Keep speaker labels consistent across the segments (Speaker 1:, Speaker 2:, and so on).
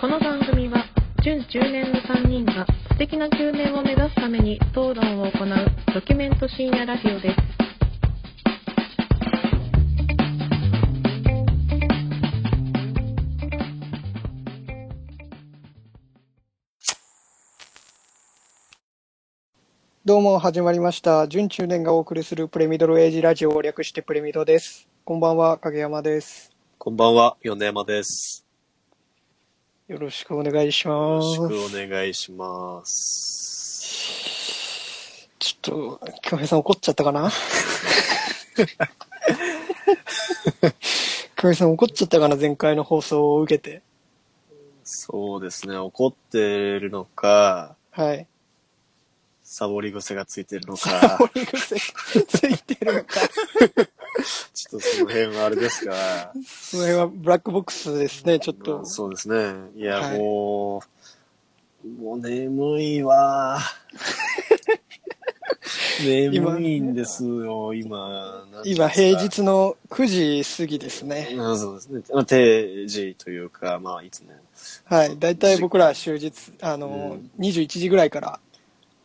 Speaker 1: この番組は準10年の3人が素敵な9年を目指すために討論を行うドキュメント深夜ラジオです。
Speaker 2: どうも始まりました。準中年がお送りするプレミドルエイジラジオを略してプレミドです。こんばんは、影山です。
Speaker 3: こんばんは、米山です。
Speaker 2: よろしくお願いし
Speaker 3: よ
Speaker 2: ま
Speaker 3: ろ
Speaker 2: す
Speaker 3: し。くお願いします。
Speaker 2: ちょっと、京平さん怒っちゃったか な京平さん怒っちゃったかな前回の放送を受けて。
Speaker 3: そうですね、怒ってるのか、
Speaker 2: はい。
Speaker 3: サボり癖がついてるの
Speaker 2: サ
Speaker 3: か
Speaker 2: ボ、り癖ついてるのか。
Speaker 3: ちょっとその辺はあれですが、
Speaker 2: その辺はブラックボックスですね、ちょっ
Speaker 3: ま
Speaker 2: と
Speaker 3: あ。そうですね、いや、
Speaker 2: はい
Speaker 3: もう、もう眠い わ。眠いんですよ、今。なんですか
Speaker 2: 今、平。日の9時過ぎですね。
Speaker 3: うんそうですね、まあ定時というか、まあ、いつも。
Speaker 2: はい。だいたい僕ら終日、あの
Speaker 3: う、
Speaker 2: 21時ぐらいから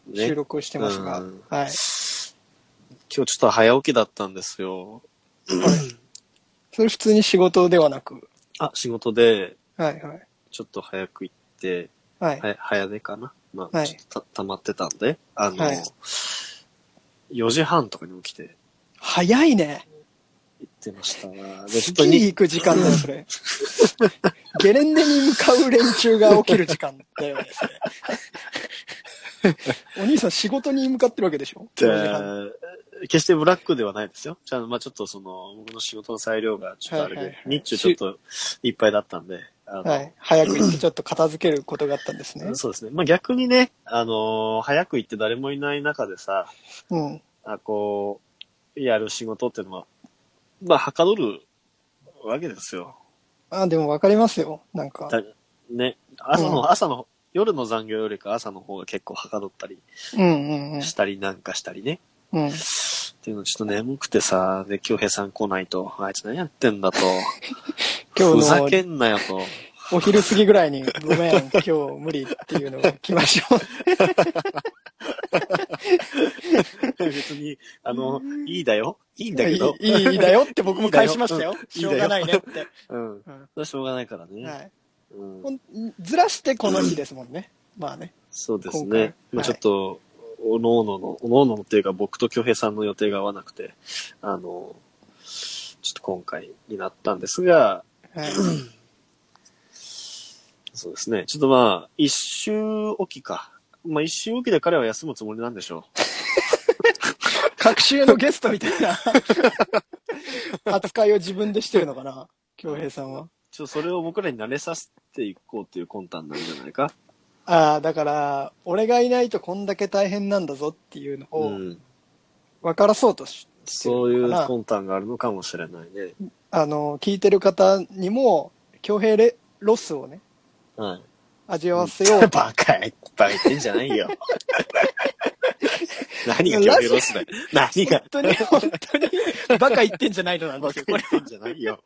Speaker 3: ね
Speaker 2: 収録をしてますが、
Speaker 3: うん
Speaker 2: はい。
Speaker 3: 今日ちょっと早起きだったんですよ。
Speaker 2: それ普通に仕事ではなく、
Speaker 3: あ、仕事で、
Speaker 2: はいはい。
Speaker 3: ちょっと早く行って、
Speaker 2: はい。
Speaker 3: は早寝かなまあ、
Speaker 2: はい
Speaker 3: ちょっとた溜まってたんで、あの、
Speaker 2: はい
Speaker 3: 4時半とかに起きて
Speaker 2: 早いね。
Speaker 3: 行ってましたが、で、ち
Speaker 2: ス
Speaker 3: ょっ
Speaker 2: キ
Speaker 3: と
Speaker 2: ー
Speaker 3: に
Speaker 2: 行、く時間だよ、そ れ。ゲレンデに向かう連中が起きる時間だよね、それ お兄さん仕事に向かってるわけでしょ
Speaker 3: え
Speaker 2: 4時半
Speaker 3: ー決してブラックではないですよ。じゃあ、まあちょっとその、僕の仕事の裁量がちょっとあれで、
Speaker 2: はいはいはい
Speaker 3: 日中ちょっといっぱいだったんで、あの、
Speaker 2: はい。早く行ってちょっと片付けることがあったんですね。
Speaker 3: そうですね。まあ逆にね、あの、早く行って誰もいない中でさ、
Speaker 2: うん。
Speaker 3: あこう、やる仕事っていうのは、まあ、はかどるわけですよ。
Speaker 2: あ、でもわかりますよ。なんか。
Speaker 3: だね。朝の、
Speaker 2: う
Speaker 3: 朝の、夜の残業よりか朝の方が結構はかどったり
Speaker 2: うんうんうん
Speaker 3: したりなんかしたりね。。
Speaker 2: うん。
Speaker 3: っていうのちょっと眠くてさ、で、京平さん来ないと、あいつ何やってんだと、
Speaker 2: 今
Speaker 3: ふざけ
Speaker 2: 日の
Speaker 3: んなよと、
Speaker 2: お昼過ぎぐらいに、ごめん、 今日無理っていうのが来ましょう。
Speaker 3: 別に、あの、いいだよ。いいんだけど。
Speaker 2: いい、いいだよって僕も返しましたよ。
Speaker 3: いい
Speaker 2: しょ
Speaker 3: だよ
Speaker 2: うがないねって。
Speaker 3: うん。
Speaker 2: うん
Speaker 3: それはしょうがないからね。
Speaker 2: はい
Speaker 3: うん
Speaker 2: ほんずらしてこの日ですもんね。まあね。
Speaker 3: そうです
Speaker 2: 今回
Speaker 3: ね。ま
Speaker 2: は
Speaker 3: あ
Speaker 2: い
Speaker 3: ちょっと、おのおのの、おのおののっていうか僕と京平さんの予定が合わなくて、あの、ちょっと今回になったんですが、
Speaker 2: はい。
Speaker 3: そうですね。ちょっとまあ、一周おきか。まあ一周おきで彼は休むつもりなんでしょ
Speaker 2: 各週のゲストみたいな扱いを自分でしてるのかな、京平さんは。
Speaker 3: う。ちょっとそれを僕らに慣れさせていこうっていう魂胆なんじゃないか。
Speaker 2: ああ、だから、俺がいないとこんだけ大変なんだぞっていうの
Speaker 3: う
Speaker 2: を
Speaker 3: ん。
Speaker 2: 分からそうとし、
Speaker 3: そういう
Speaker 2: かな
Speaker 3: 魂胆があるのかもしれないね。
Speaker 2: あの、聞いてる方にも、京平レロスをね、
Speaker 3: はい。
Speaker 2: 味わわせようと。
Speaker 3: バカ、バカ言ってんじゃない よ。何が京平ロスだよ。何が
Speaker 2: 本。当 に、本当に、バカ言ってんじゃないのなんで
Speaker 3: バ
Speaker 2: す
Speaker 3: カ
Speaker 2: よ。こ
Speaker 3: 言
Speaker 2: れ
Speaker 3: ってんじゃないよ。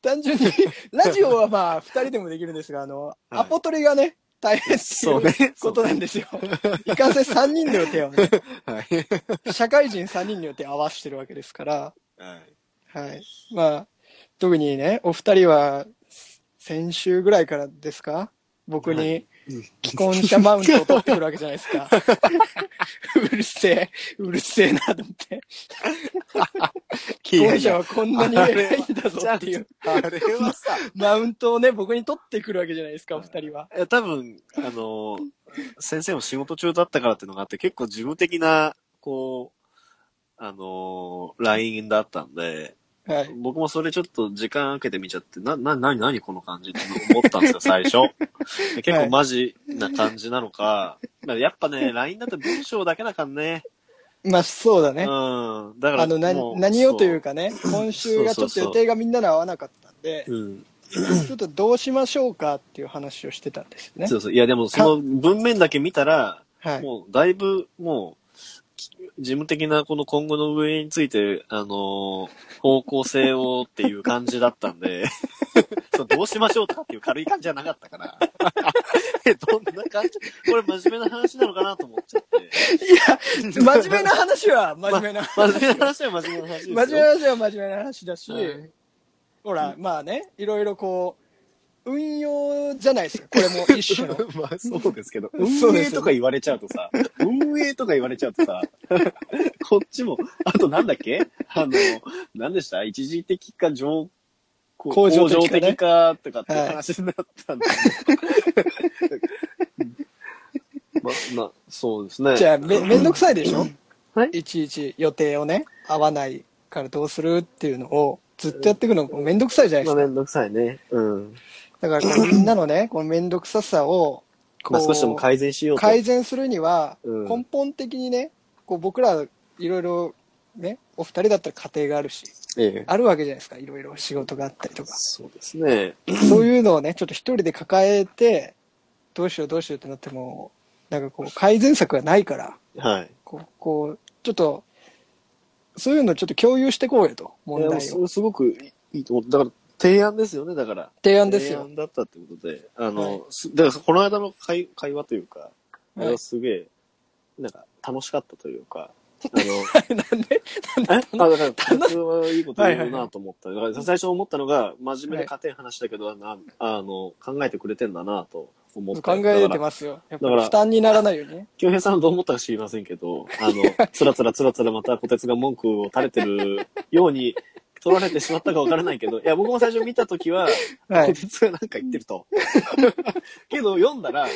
Speaker 2: 単純に、ラジオはまあ、二人でもできるんですが、あの、
Speaker 3: い
Speaker 2: アポ取りがね、大変って
Speaker 3: そう
Speaker 2: いう
Speaker 3: ね。
Speaker 2: ことなんですよ。いかんせん三人の予定をね、
Speaker 3: はい。
Speaker 2: 社会人三人の予定合わせてるわけですから、
Speaker 3: はい。
Speaker 2: はい。まあ、特にね、お二人は、先週ぐらいからですか僕
Speaker 3: は
Speaker 2: に、既婚者マウントを取ってくるわけじゃないですか。 うるせえ、うるせえな、と思って。既婚者はこんなに偉いんだぞっていう、
Speaker 3: あれはさ、
Speaker 2: マウントをね、僕に取ってくるわけじゃないですか、お二人は。
Speaker 3: いや多分、あの、先生も仕事中だったからっていうのがあって、結構事務的な、こう、あの、ラインだったんで、
Speaker 2: はい。
Speaker 3: 僕もそれちょっと時間空けてみちゃって、な、な、なになにこの感じって思ったん ですよ、最初。で結構マジな感じなのか。まあやっぱね、ラインだと文章だけだからね。
Speaker 2: まあ、そうだ
Speaker 3: う
Speaker 2: ね。
Speaker 3: ん。だから
Speaker 2: あの、な、
Speaker 3: もう
Speaker 2: 何をという
Speaker 3: か。
Speaker 2: かね、今週がちょっと予定がみんなで合わなかったん で、
Speaker 3: うん。
Speaker 2: ちょっとどうしましょうかっていう話をしてたんですよね
Speaker 3: そ。うそう。いや、でもその文面だけ見たら、
Speaker 2: はい。
Speaker 3: もうだいぶ、もう、事務的なこの今後の運営について、あのー方向性をっていう感じだったんで、 そうどうしましょうとかっていう軽い感じじゃなかったから。 え、どんな感じこれ真面目な話なのかなと思っちゃって。
Speaker 2: 真面目な話は真面目な。
Speaker 3: 真面目な話は真面目な話です
Speaker 2: 真
Speaker 3: よ。
Speaker 2: 面目な話は真面目な話だし、
Speaker 3: はい
Speaker 2: ほら、まあね、いろいろこう、運用じゃないですか、これも一種の。
Speaker 3: まあそうですけど、
Speaker 2: そう
Speaker 3: 運
Speaker 2: で
Speaker 3: 営
Speaker 2: すよ
Speaker 3: とか言われちゃうと さ、運営とか言われちゃうとさ、こっちも、あとなんだっけあの、何でした一時的か上、こう
Speaker 2: 恒常的かね
Speaker 3: 恒的かとかって話になった んだけど。ま、ま、そうですね。
Speaker 2: じゃあめ、めんどくさいでしょ、
Speaker 3: はい
Speaker 2: いちいち予定をね、合わないからどうするっていうのを、ずっとやっていくのめんどくさいじゃないで
Speaker 3: ます
Speaker 2: か。
Speaker 3: あ、めんどくさいね。うん。
Speaker 2: だからこう、みんなのね、このめんどくささを、
Speaker 3: まあ、
Speaker 2: こう
Speaker 3: 少しでも改善しようと。
Speaker 2: 改善するには、
Speaker 3: うん
Speaker 2: 根本的にね、こう僕らいろいろ、ね、お二人だったら家庭があるし、
Speaker 3: ええ
Speaker 2: あるわけじゃないですか、いろいろ仕事があったりとか。
Speaker 3: そうですね。
Speaker 2: そういうのをね、ちょっと一人で抱えて、どうしようどうしようってなっても、なんかこう、改善策がないから、
Speaker 3: はい。
Speaker 2: こう、こうちょっと、そういうのちょっと共有していこうよと、問
Speaker 3: いや
Speaker 2: 題
Speaker 3: す
Speaker 2: を。
Speaker 3: すごくいいと思う。だから、提案ですよね、だから。
Speaker 2: 提案ですよ
Speaker 3: 提。案だったってことで、あの、
Speaker 2: はい
Speaker 3: すだからこの間の会会話というか、あれ
Speaker 2: は
Speaker 3: はいすげえ、なんか楽しかったという か、あの、
Speaker 2: なんで
Speaker 3: えあだから、普通はいいこと言うなと思った。だから最初思ったのが、真面目で勝てん話だけど、なあの、考えてくれてんだなと思った。
Speaker 2: 考え
Speaker 3: だ
Speaker 2: て
Speaker 3: から
Speaker 2: ますよ。やっぱ
Speaker 3: だか
Speaker 2: り
Speaker 3: ら
Speaker 2: 負担にならないようにね。
Speaker 3: 京平さんどう思ったか知りませんけど、あの、つらつらつらつらまた小鉄が文句を垂れてるように、取られてしまったかわからないけど、いや、僕も最初見たときは、
Speaker 2: は
Speaker 3: 小
Speaker 2: い。
Speaker 3: 鉄がなんか言ってると。 けど、読んだら、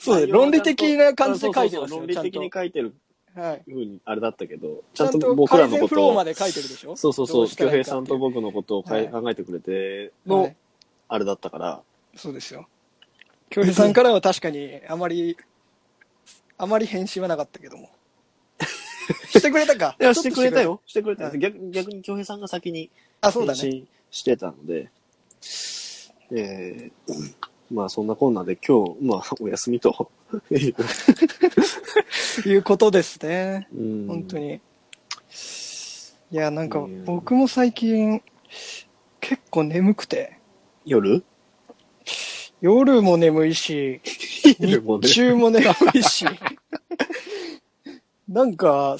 Speaker 2: そうです
Speaker 3: 内容が
Speaker 2: 論理的な感じで書いてますよ
Speaker 3: そうそうそう論理的に書いてる
Speaker 2: はい。
Speaker 3: ふうに、あれだったけど、ち
Speaker 2: ちゃ
Speaker 3: ゃん
Speaker 2: ん
Speaker 3: と
Speaker 2: と
Speaker 3: 僕ら
Speaker 2: 改
Speaker 3: の
Speaker 2: 善
Speaker 3: こ
Speaker 2: フロー
Speaker 3: と
Speaker 2: ま
Speaker 3: を、
Speaker 2: で書いてるでしょ
Speaker 3: そうそう
Speaker 2: ど
Speaker 3: そう、
Speaker 2: した
Speaker 3: 京
Speaker 2: らいい
Speaker 3: 平
Speaker 2: かってい
Speaker 3: さんと僕のことをかい
Speaker 2: は
Speaker 3: 考えてくれて
Speaker 2: は
Speaker 3: の
Speaker 2: い、
Speaker 3: あれだったから、
Speaker 2: そうですよ。京平さんからは確かに、あまり、あまり返信はなかったけ ども。してくれたか
Speaker 3: いや、してくれた。
Speaker 2: ちょっと
Speaker 3: よ。してくれたよ。
Speaker 2: はい
Speaker 3: 逆逆に京平さんが先に
Speaker 2: あ、そうだね。
Speaker 3: 返信してたので、えーまあそんなこんなで今日、まあお休みと。
Speaker 2: いうことですね。
Speaker 3: うん
Speaker 2: 本当。に。いや、なんか
Speaker 3: うん
Speaker 2: 僕も最近結構眠くて、
Speaker 3: 夜
Speaker 2: 夜も眠いし、
Speaker 3: 夜もね
Speaker 2: 日中も眠いし、 なんか、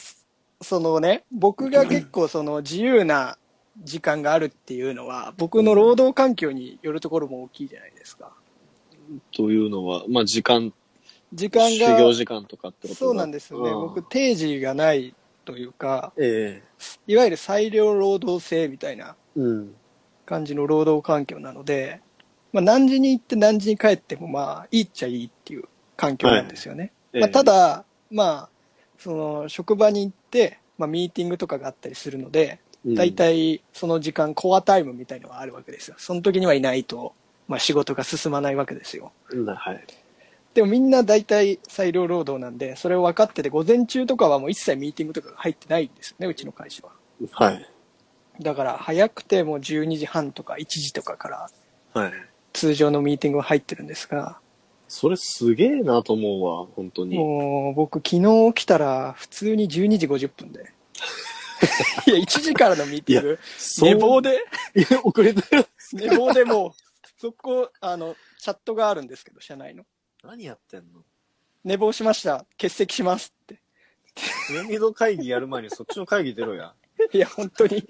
Speaker 2: そのね、僕が結構その自由な時間があるっていうのは、僕の労働環境によるところも大きいじゃないですか。
Speaker 3: というのは、まあ時間、
Speaker 2: 時間
Speaker 3: 修
Speaker 2: が、
Speaker 3: 行時間とかってこと
Speaker 2: そうなんですよね。
Speaker 3: ああ
Speaker 2: 僕、定時がないというか、
Speaker 3: え
Speaker 2: いわゆる裁量労働制みたいな
Speaker 3: えうん。
Speaker 2: 感じの労働環境なので、まあ、何時に行って何時に帰ってもまあいいっちゃいいっていう環境なんですよね、
Speaker 3: ええ
Speaker 2: まあ、た、だまあその職場に行って、まあ、ミーティングとかがあったりするので
Speaker 3: うん
Speaker 2: 大体その時間コアタイムみたいのがあるわけですよその時にはいないと、まあ、仕事が進まないわけですよ
Speaker 3: うんはい。
Speaker 2: でもみんな大体裁量労働なんでそれを分かってて午前中とかはもう一切ミーティングとかが入ってないんですよねうちの会社は
Speaker 3: はい。
Speaker 2: だから早くてもう12時半とか1時とかから
Speaker 3: はい。
Speaker 2: 通常のミーティングは入ってるんですが、
Speaker 3: それすげえなと思うわ、本当に。
Speaker 2: もう僕昨日起きたら普通に12時50分 で。いや、1時からのミーティング。
Speaker 3: そう
Speaker 2: 寝坊で、
Speaker 3: いや遅れたよ。
Speaker 2: 寝坊でもう、そこ、あの、チャットがあるんですけど、社内の。
Speaker 3: 何やってんの
Speaker 2: 寝坊しました。欠席しますって。
Speaker 3: 上見の会議やる前にそっちの会議出ろや。
Speaker 2: いや、本当に。い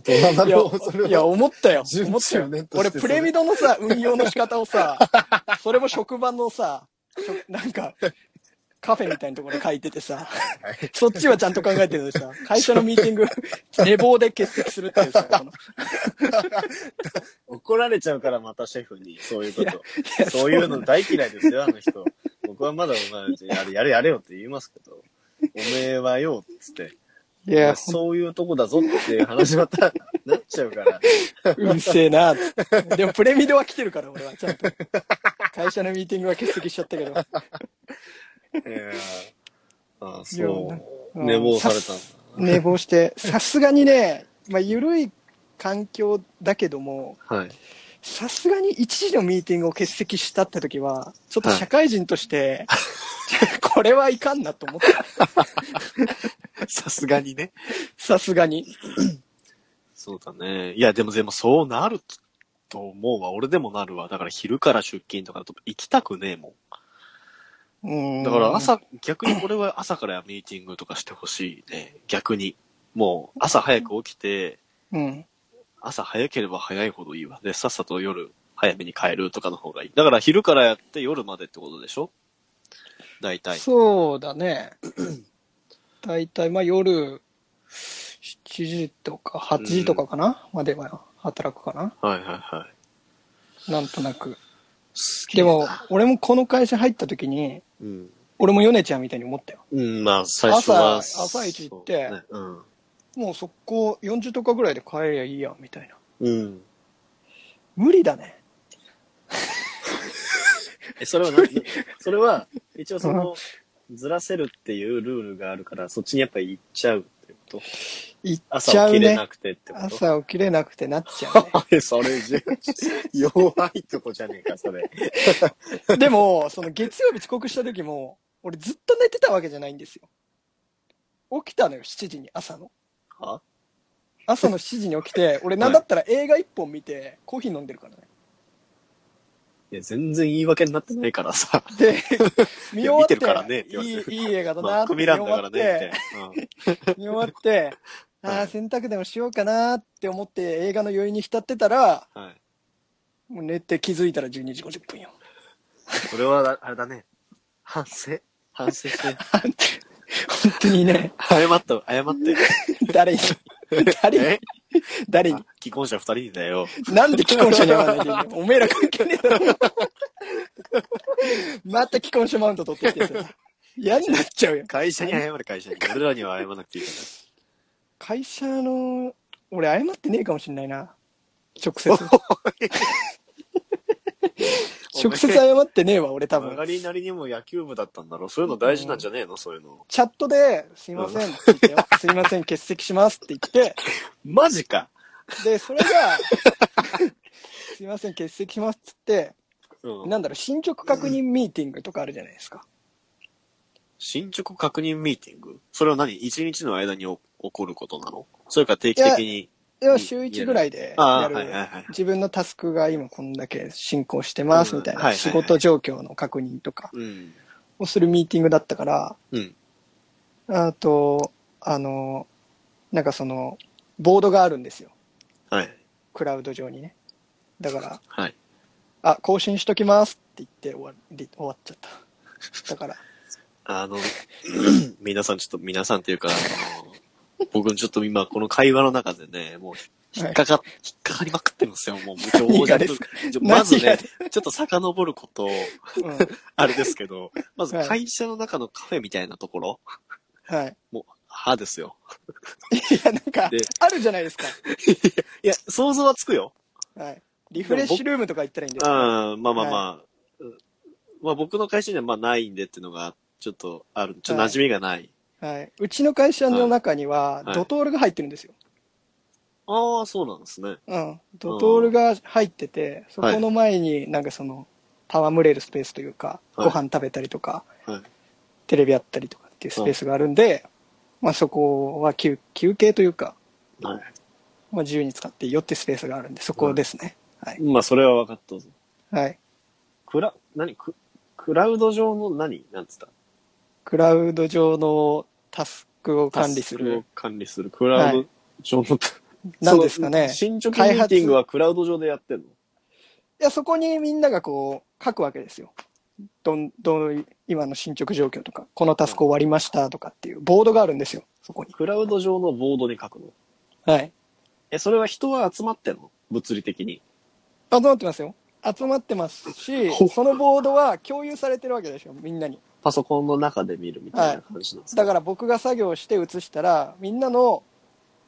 Speaker 3: 大人だ
Speaker 2: や
Speaker 3: ろ、それ、はい
Speaker 2: や思ったよ。
Speaker 3: 順
Speaker 2: 思った
Speaker 3: 中
Speaker 2: よ
Speaker 3: 年。として
Speaker 2: 俺、
Speaker 3: それ
Speaker 2: プレミドのさ、運用の仕方をさ、 それも職場のさ、職なんか、カフェみたいなところで書いててさ。
Speaker 3: はい
Speaker 2: そっちはちゃんと考えてるのにさ、会社のミーティング、寝坊で欠席するっていうさ、この
Speaker 3: 怒られちゃうから、またシェフに、そういうこ
Speaker 2: いや
Speaker 3: と。そういうの大嫌いですよ、あの人。僕はまだお前、やれやれやれよって言いますけど、おめえはよ、つって。
Speaker 2: い
Speaker 3: い
Speaker 2: や、
Speaker 3: そういうとこだぞっていう話またなっちゃうから。
Speaker 2: うるせえなって。でも、プレミドは来てるから、俺は、ちゃんと。会社のミーティングは欠席しちゃったけど。
Speaker 3: えー、あ
Speaker 2: いやな
Speaker 3: そう。 寝坊されたんだ。
Speaker 2: 寝坊して、さすがにね、まあ、緩い環境だけども、
Speaker 3: はい。
Speaker 2: さすがに1時のミーティングを欠席したって時は、ちょっと社会人と して、これはいかんなと思った。
Speaker 3: さすがにね。
Speaker 2: さすがに。
Speaker 3: そうだね。いや、でも、でもそうなると思うわ。俺でもなるわ。だから昼から出勤とかだと行きたくねえも。
Speaker 2: うんん
Speaker 3: だから、朝、逆に俺は朝からミーティングとかしてほしいね。逆に。もう朝早く起きて、
Speaker 2: うん。
Speaker 3: 朝早ければ早いほどいいわ。で、さっさと夜早めに帰るとかの方がいい。だから昼からやって夜までってことでしょ大体。
Speaker 2: そうだね。大体、まあ夜、7時とか8時とかかな、までは働くかな。
Speaker 3: はいはいはい。
Speaker 2: なんとなく。
Speaker 3: す
Speaker 2: で
Speaker 3: げえな
Speaker 2: も、俺もこの会社入った時に、
Speaker 3: うん。
Speaker 2: 俺もヨネちゃんみたいに思ったよ。
Speaker 3: うん、まあ最初は。
Speaker 2: 朝朝一行って
Speaker 3: そうねうん。
Speaker 2: もう速攻40とかぐらいで帰りゃいいや、みたいな。
Speaker 3: うん。
Speaker 2: 無理だね。
Speaker 3: え、それ は何、それは、一応その、ずらせるっていうルールがあるから、そっちにやっぱり行っちゃうってこと
Speaker 2: 行っち
Speaker 3: 朝
Speaker 2: ゃ
Speaker 3: 起
Speaker 2: う
Speaker 3: きれ
Speaker 2: ね
Speaker 3: な。くてってこと
Speaker 2: 朝起きれなくてなっちゃう、
Speaker 3: え、 それ、じゃ弱いとこじゃねえか、それ。
Speaker 2: ね。でも、その月曜日遅刻した時も、俺ずっと寝てたわけじゃないんですよ。起きたのよ、7時に、朝の。
Speaker 3: は
Speaker 2: 朝の7時に起き て、俺なんだったら映画1本見て、コーヒー飲んでるからね。
Speaker 3: いや、全然言い訳にな ってないからさ。
Speaker 2: で、見終わ
Speaker 3: 見
Speaker 2: ってて、
Speaker 3: るからねって言わ
Speaker 2: い
Speaker 3: れて
Speaker 2: い、いい映画だ
Speaker 3: マ
Speaker 2: な
Speaker 3: ッ
Speaker 2: っ
Speaker 3: ク
Speaker 2: て
Speaker 3: ミ
Speaker 2: 見
Speaker 3: ラン
Speaker 2: 終
Speaker 3: だ
Speaker 2: わ
Speaker 3: から
Speaker 2: っ
Speaker 3: ね、みたい
Speaker 2: て、
Speaker 3: な。うん
Speaker 2: 見終わ って、ああ、洗濯でもしようかなって思って映画の余韻に浸ってたら、
Speaker 3: はい。
Speaker 2: もう寝て気づいたら12時50分よ。
Speaker 3: それは、あれだね。反省反 省して。
Speaker 2: 本当にね、
Speaker 3: 謝った、謝って。
Speaker 2: 誰に、誰に
Speaker 3: え、
Speaker 2: 誰に、
Speaker 3: 既婚者二人にだよ。
Speaker 2: なんで既婚者に会わないでいいのおめえら関係ねえだろ。また既婚者マウント取ってきてさ。嫌になっちゃうよ。
Speaker 3: 会社に謝る会社に。俺らには謝らなくていいから。
Speaker 2: 会社の、俺謝ってねえかもしんないな。直 接。直接謝ってねえわ、俺多
Speaker 3: 曲
Speaker 2: 分
Speaker 3: が。りなりにも野球部だったんだろう。そういうの大事なんじゃねえのそういうの。
Speaker 2: チャットで、すいませんって言って よ、すいません、欠席しますって言って、
Speaker 3: マジか。
Speaker 2: で、それが、 すいません、欠席しますってって、
Speaker 3: うん
Speaker 2: なんだろう、進捗確認ミーティングとかあるじゃないですか。
Speaker 3: 進捗確認ミーティングそれは何一日の間にお起こることなのそれか定期的に。
Speaker 2: では週1ぐらいで
Speaker 3: あ
Speaker 2: や
Speaker 3: あはいはい
Speaker 2: る
Speaker 3: はい。
Speaker 2: 自分のタスクが今こんだけ進行してますみたい
Speaker 3: うん
Speaker 2: な
Speaker 3: はいはいは
Speaker 2: 仕
Speaker 3: い
Speaker 2: 事状況の確認とか
Speaker 3: うん。
Speaker 2: をするミーティングだったから、
Speaker 3: うん。
Speaker 2: あと、あの、なんかその、ボードがあるんですよ。
Speaker 3: はい。
Speaker 2: クラウド上にね。だから、
Speaker 3: はい。
Speaker 2: あ、更新しときますって言って終わり、終わっちゃった。だから、
Speaker 3: あ の、皆さんちょっと、皆さんっていうか、あの、僕ちょっと今この会話の中でね、もう引っかか、引っかかりまくってるんですよ。もう情報
Speaker 2: 何
Speaker 3: じ
Speaker 2: が
Speaker 3: ゃな
Speaker 2: ですか
Speaker 3: まず
Speaker 2: 何が
Speaker 3: ね、ちょっと遡ること、
Speaker 2: うん。
Speaker 3: あれですけ ど、まず
Speaker 2: はい
Speaker 3: 会社の中のカフェみたいなところ、
Speaker 2: はい。
Speaker 3: もう、歯ですよ。
Speaker 2: いや、なんか
Speaker 3: で、
Speaker 2: あるじゃないですか。
Speaker 3: いや、想像はつくよ。
Speaker 2: はい。リフレッシュルームとか行ったらいいんですよ。
Speaker 3: うん、まあまあまあ、うんまあ僕の会社にはまあないんでっていうのが、ちょっとある、ちょっと馴染みがない。
Speaker 2: はい。うちの会社の中には
Speaker 3: は、い
Speaker 2: ドトールが入ってるんですよ。
Speaker 3: ああ、そうなんですね。
Speaker 2: うん。ドトールが入ってて、そこの前になんかその、戯れるスペースというか、
Speaker 3: はい
Speaker 2: ご飯食べたりとか、
Speaker 3: はい。
Speaker 2: テレビあったりとかっていうスペースがあるんで、まあそこは休休憩というか、
Speaker 3: は
Speaker 2: まあ自由に使っていいよってスペースがあるんで、そこですね。はい
Speaker 3: い。。まあそれは分かったぞ。
Speaker 2: はい。
Speaker 3: クラ、何ク、クラウド上の何なんつった
Speaker 2: クラウド上のタスクを管理す
Speaker 3: タスクを
Speaker 2: る。
Speaker 3: 管理する。クラウド上の、
Speaker 2: なんですか
Speaker 3: そ
Speaker 2: ね
Speaker 3: の。進捗ミーティングはクラウド上でやってんの
Speaker 2: いや、そこにみんながこう、書くわけですよ。どん、どん、今の進捗状況とか、このタスク終わりましたとかっていう、ボードがあるんですよ、そこに。
Speaker 3: クラウド上のボードに書くの
Speaker 2: はい。
Speaker 3: え、それは人は集まってんの物理的に。
Speaker 2: 集まってますよ。集まってますし
Speaker 3: ほ、
Speaker 2: そのボードは共有されてるわけでしょ、みんなに。
Speaker 3: パソコンの中で見るみたいな感じなんですか、
Speaker 2: だから僕が作業して写したら、みんなの、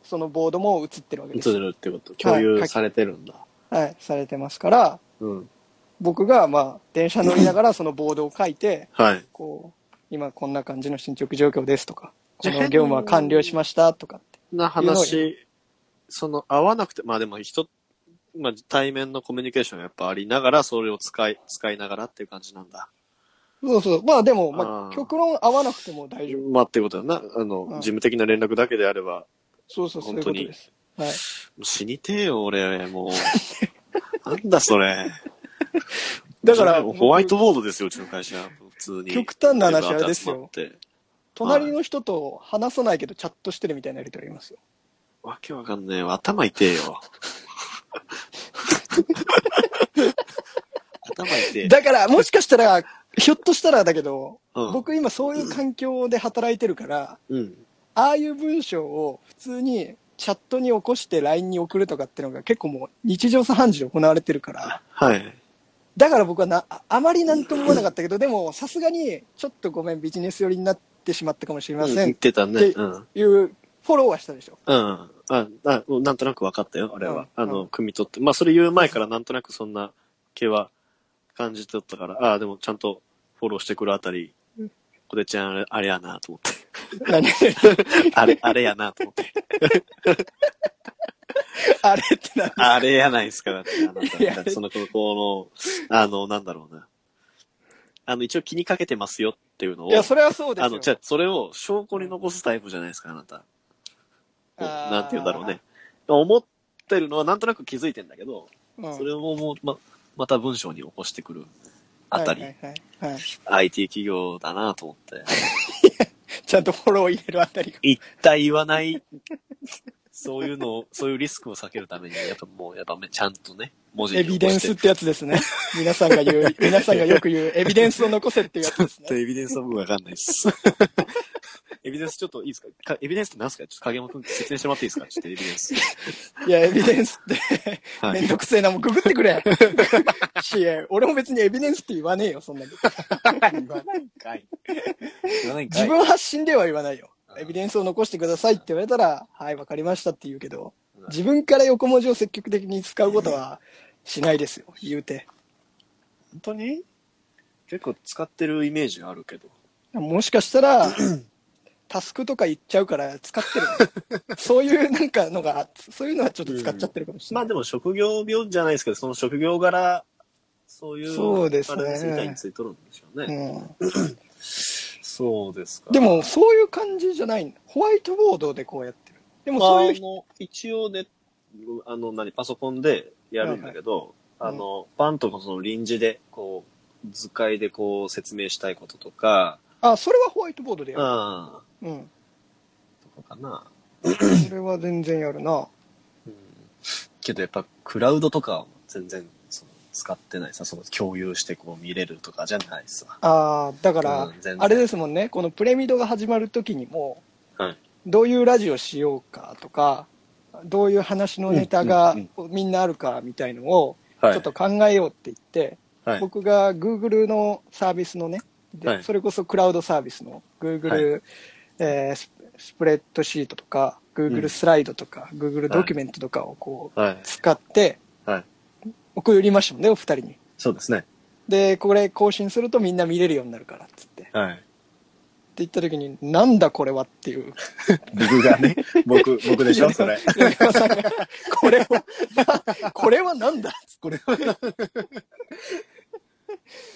Speaker 2: そのボードも写ってるわけです
Speaker 3: 映
Speaker 2: よ。
Speaker 3: るってこと共有されてるんだ。
Speaker 2: はい、されてますから、
Speaker 3: うん。
Speaker 2: 僕がまあ、電車乗りながらそのボードを書いて、
Speaker 3: はい。
Speaker 2: こう、今こんな感じの進捗状況ですとか、この業務は完了しましたとかって。
Speaker 3: な話、その、合わなくて、まあでも人、まあ対面のコミュニケーションやっぱありながら、それを使い、使いながらっていう感じなんだ。
Speaker 2: そうそう。まあでも、ま
Speaker 3: あー
Speaker 2: あ、極論合わなくても大丈夫。
Speaker 3: まあっていうことだな。あの、
Speaker 2: うん
Speaker 3: 事務的な連絡だけであれば、
Speaker 2: そうそう、そういうことです。はい。
Speaker 3: 死にてえよ、俺、もう。 なんだそれ。
Speaker 2: だから、
Speaker 3: ホワイトボードですよ、うちの会社。普通に。
Speaker 2: 極端な話あれですよ
Speaker 3: メンバー集まって。
Speaker 2: 隣の人と話さないけどチャットしてるみたいなやりとりありますよ。
Speaker 3: わけわかんねえわ。頭痛 えよ。頭痛え。
Speaker 2: だから、もしかしたら、ひょっとしたらだけど、
Speaker 3: うん
Speaker 2: 僕今そういう環境で働いてるから、
Speaker 3: うん。
Speaker 2: ああいう文章を普通にチャットに起こして LINE に送るとかっていうのが結構もう日常茶飯事で行われてるから、
Speaker 3: はい。
Speaker 2: だから僕はな、ああまりなんとも思わなかったけど、でもさすがにちょっとごめんビジネス寄りになってしまったかもしれません
Speaker 3: 言
Speaker 2: っ
Speaker 3: ってたね。
Speaker 2: で
Speaker 3: うん。うん。
Speaker 2: ていうフォローはしたでしょ。
Speaker 3: あ、あ、なんとなく分かったよ、あれは。
Speaker 2: うん
Speaker 3: あ
Speaker 2: う
Speaker 3: の、汲み取って。まあ、それ言う前からなんとなくそんな気は感じ取ったから、ああ、でもちゃんとフォローしてくるあたり
Speaker 2: うん、
Speaker 3: こてちゃんあれあれやなと思って。
Speaker 2: 何
Speaker 3: あれ、あれやなと思って。
Speaker 2: あれってな。
Speaker 3: あれやないですか、だって。あな た
Speaker 2: いや
Speaker 3: だってその、このこの、あの、なんだろうな。あの、一応気にかけてますよっていうのを。
Speaker 2: いや、それはそうですよ。
Speaker 3: あの、じゃあそれを証拠に残すタイプじゃないですか、あなた。こう
Speaker 2: あー
Speaker 3: なんて言うんだろうね。思ってるのはなんとなく気づいてんだけど、
Speaker 2: うん
Speaker 3: それをもう、ま、また文章に起こしてくるあたり、
Speaker 2: はいはいはいはい
Speaker 3: IT 企業だなと思って。
Speaker 2: ちゃんとフォローを入れるあたりが。
Speaker 3: 一体言わない、そういうのを、そういうリスクを避けるために、やっぱもう、やっぱめちゃんとね、文字に
Speaker 2: エビデンスってやつですね。 皆さんが言う、 皆さんがよく言う、エビデンスを残せっていうやつです ね。
Speaker 3: エビデンスは僕わかんない です。エビデンスちょっといいですかかエビデンスって何すかちょっと影山くん説明してもらっていいですか ちょっとエビデンス。
Speaker 2: いや、エビデンス って、
Speaker 3: は
Speaker 2: めん
Speaker 3: い。
Speaker 2: どくせえな、もうググってく れ。いや、俺も別にエビデンスって言わねえよ、そんなの。
Speaker 3: 言わないんかい。言わないんかい。
Speaker 2: 自分発信では言わないよ
Speaker 3: う。ん
Speaker 2: エビデンスを残してくださいって言われたら、はい、わかりましたって言うけど
Speaker 3: うん、
Speaker 2: 自分から横文字を積極的に使うことはしないですよ、言うて。
Speaker 3: 本当に結構使ってるイメージがあるけど。
Speaker 2: もしかした ら、タスクとか言っちゃうから使ってる。 そういうなんかのが、そういうのはちょっと使っちゃってるかもしれ
Speaker 3: ま
Speaker 2: ない。
Speaker 3: あでも職業病じゃないですけど、その職業柄、そういう、
Speaker 2: そうですね
Speaker 3: あれみたいについとるんでしょうね。
Speaker 2: うん
Speaker 3: そうですか。
Speaker 2: で、も、そういう感じじゃないんだホワイトボードでこうやってる。でも、そういう
Speaker 3: あ
Speaker 2: 人、
Speaker 3: の、一応ね、あの、何、パソコンでやるんだけど、
Speaker 2: はいはい
Speaker 3: あの、パンとのその臨時で、こう、図解でこう説明したいこととか、
Speaker 2: あ、それはホワイトボードで
Speaker 3: うん、
Speaker 2: や
Speaker 3: と
Speaker 2: る。うん。
Speaker 3: かかな。
Speaker 2: それは全然やるな。
Speaker 3: うんけどやっぱクラウドとかは全然その使ってないさ、その共有してこう見れるとかじゃないさ。
Speaker 2: ああ、だから、
Speaker 3: うん全然
Speaker 2: あれですもんね、このプレミドが始まる時にも、
Speaker 3: はい。
Speaker 2: どういうラジオしようかとか、どういう話のネタが
Speaker 3: うんうん
Speaker 2: みんなあるかみたいのをち
Speaker 3: はい。
Speaker 2: ょっと考えようって言って、
Speaker 3: はい、
Speaker 2: 僕が Google のサービスのね、で
Speaker 3: はい
Speaker 2: それこそクラウドサービスの Google、えーススプレッドシートとか、
Speaker 3: う
Speaker 2: Google
Speaker 3: ん
Speaker 2: スライドとか、Google ドキュメントとかをこう
Speaker 3: はい。
Speaker 2: 使って
Speaker 3: はい。
Speaker 2: 送りましたもんね、お二人に。
Speaker 3: そうですね。
Speaker 2: で、これ更新するとみんな見れるようになるからっつって。って
Speaker 3: はい。
Speaker 2: 言った時に、なんだこれはっていう。
Speaker 3: 僕がね、僕、僕でしょ、それ。
Speaker 2: 米山さんがこれは、 これはなんだ
Speaker 3: これは。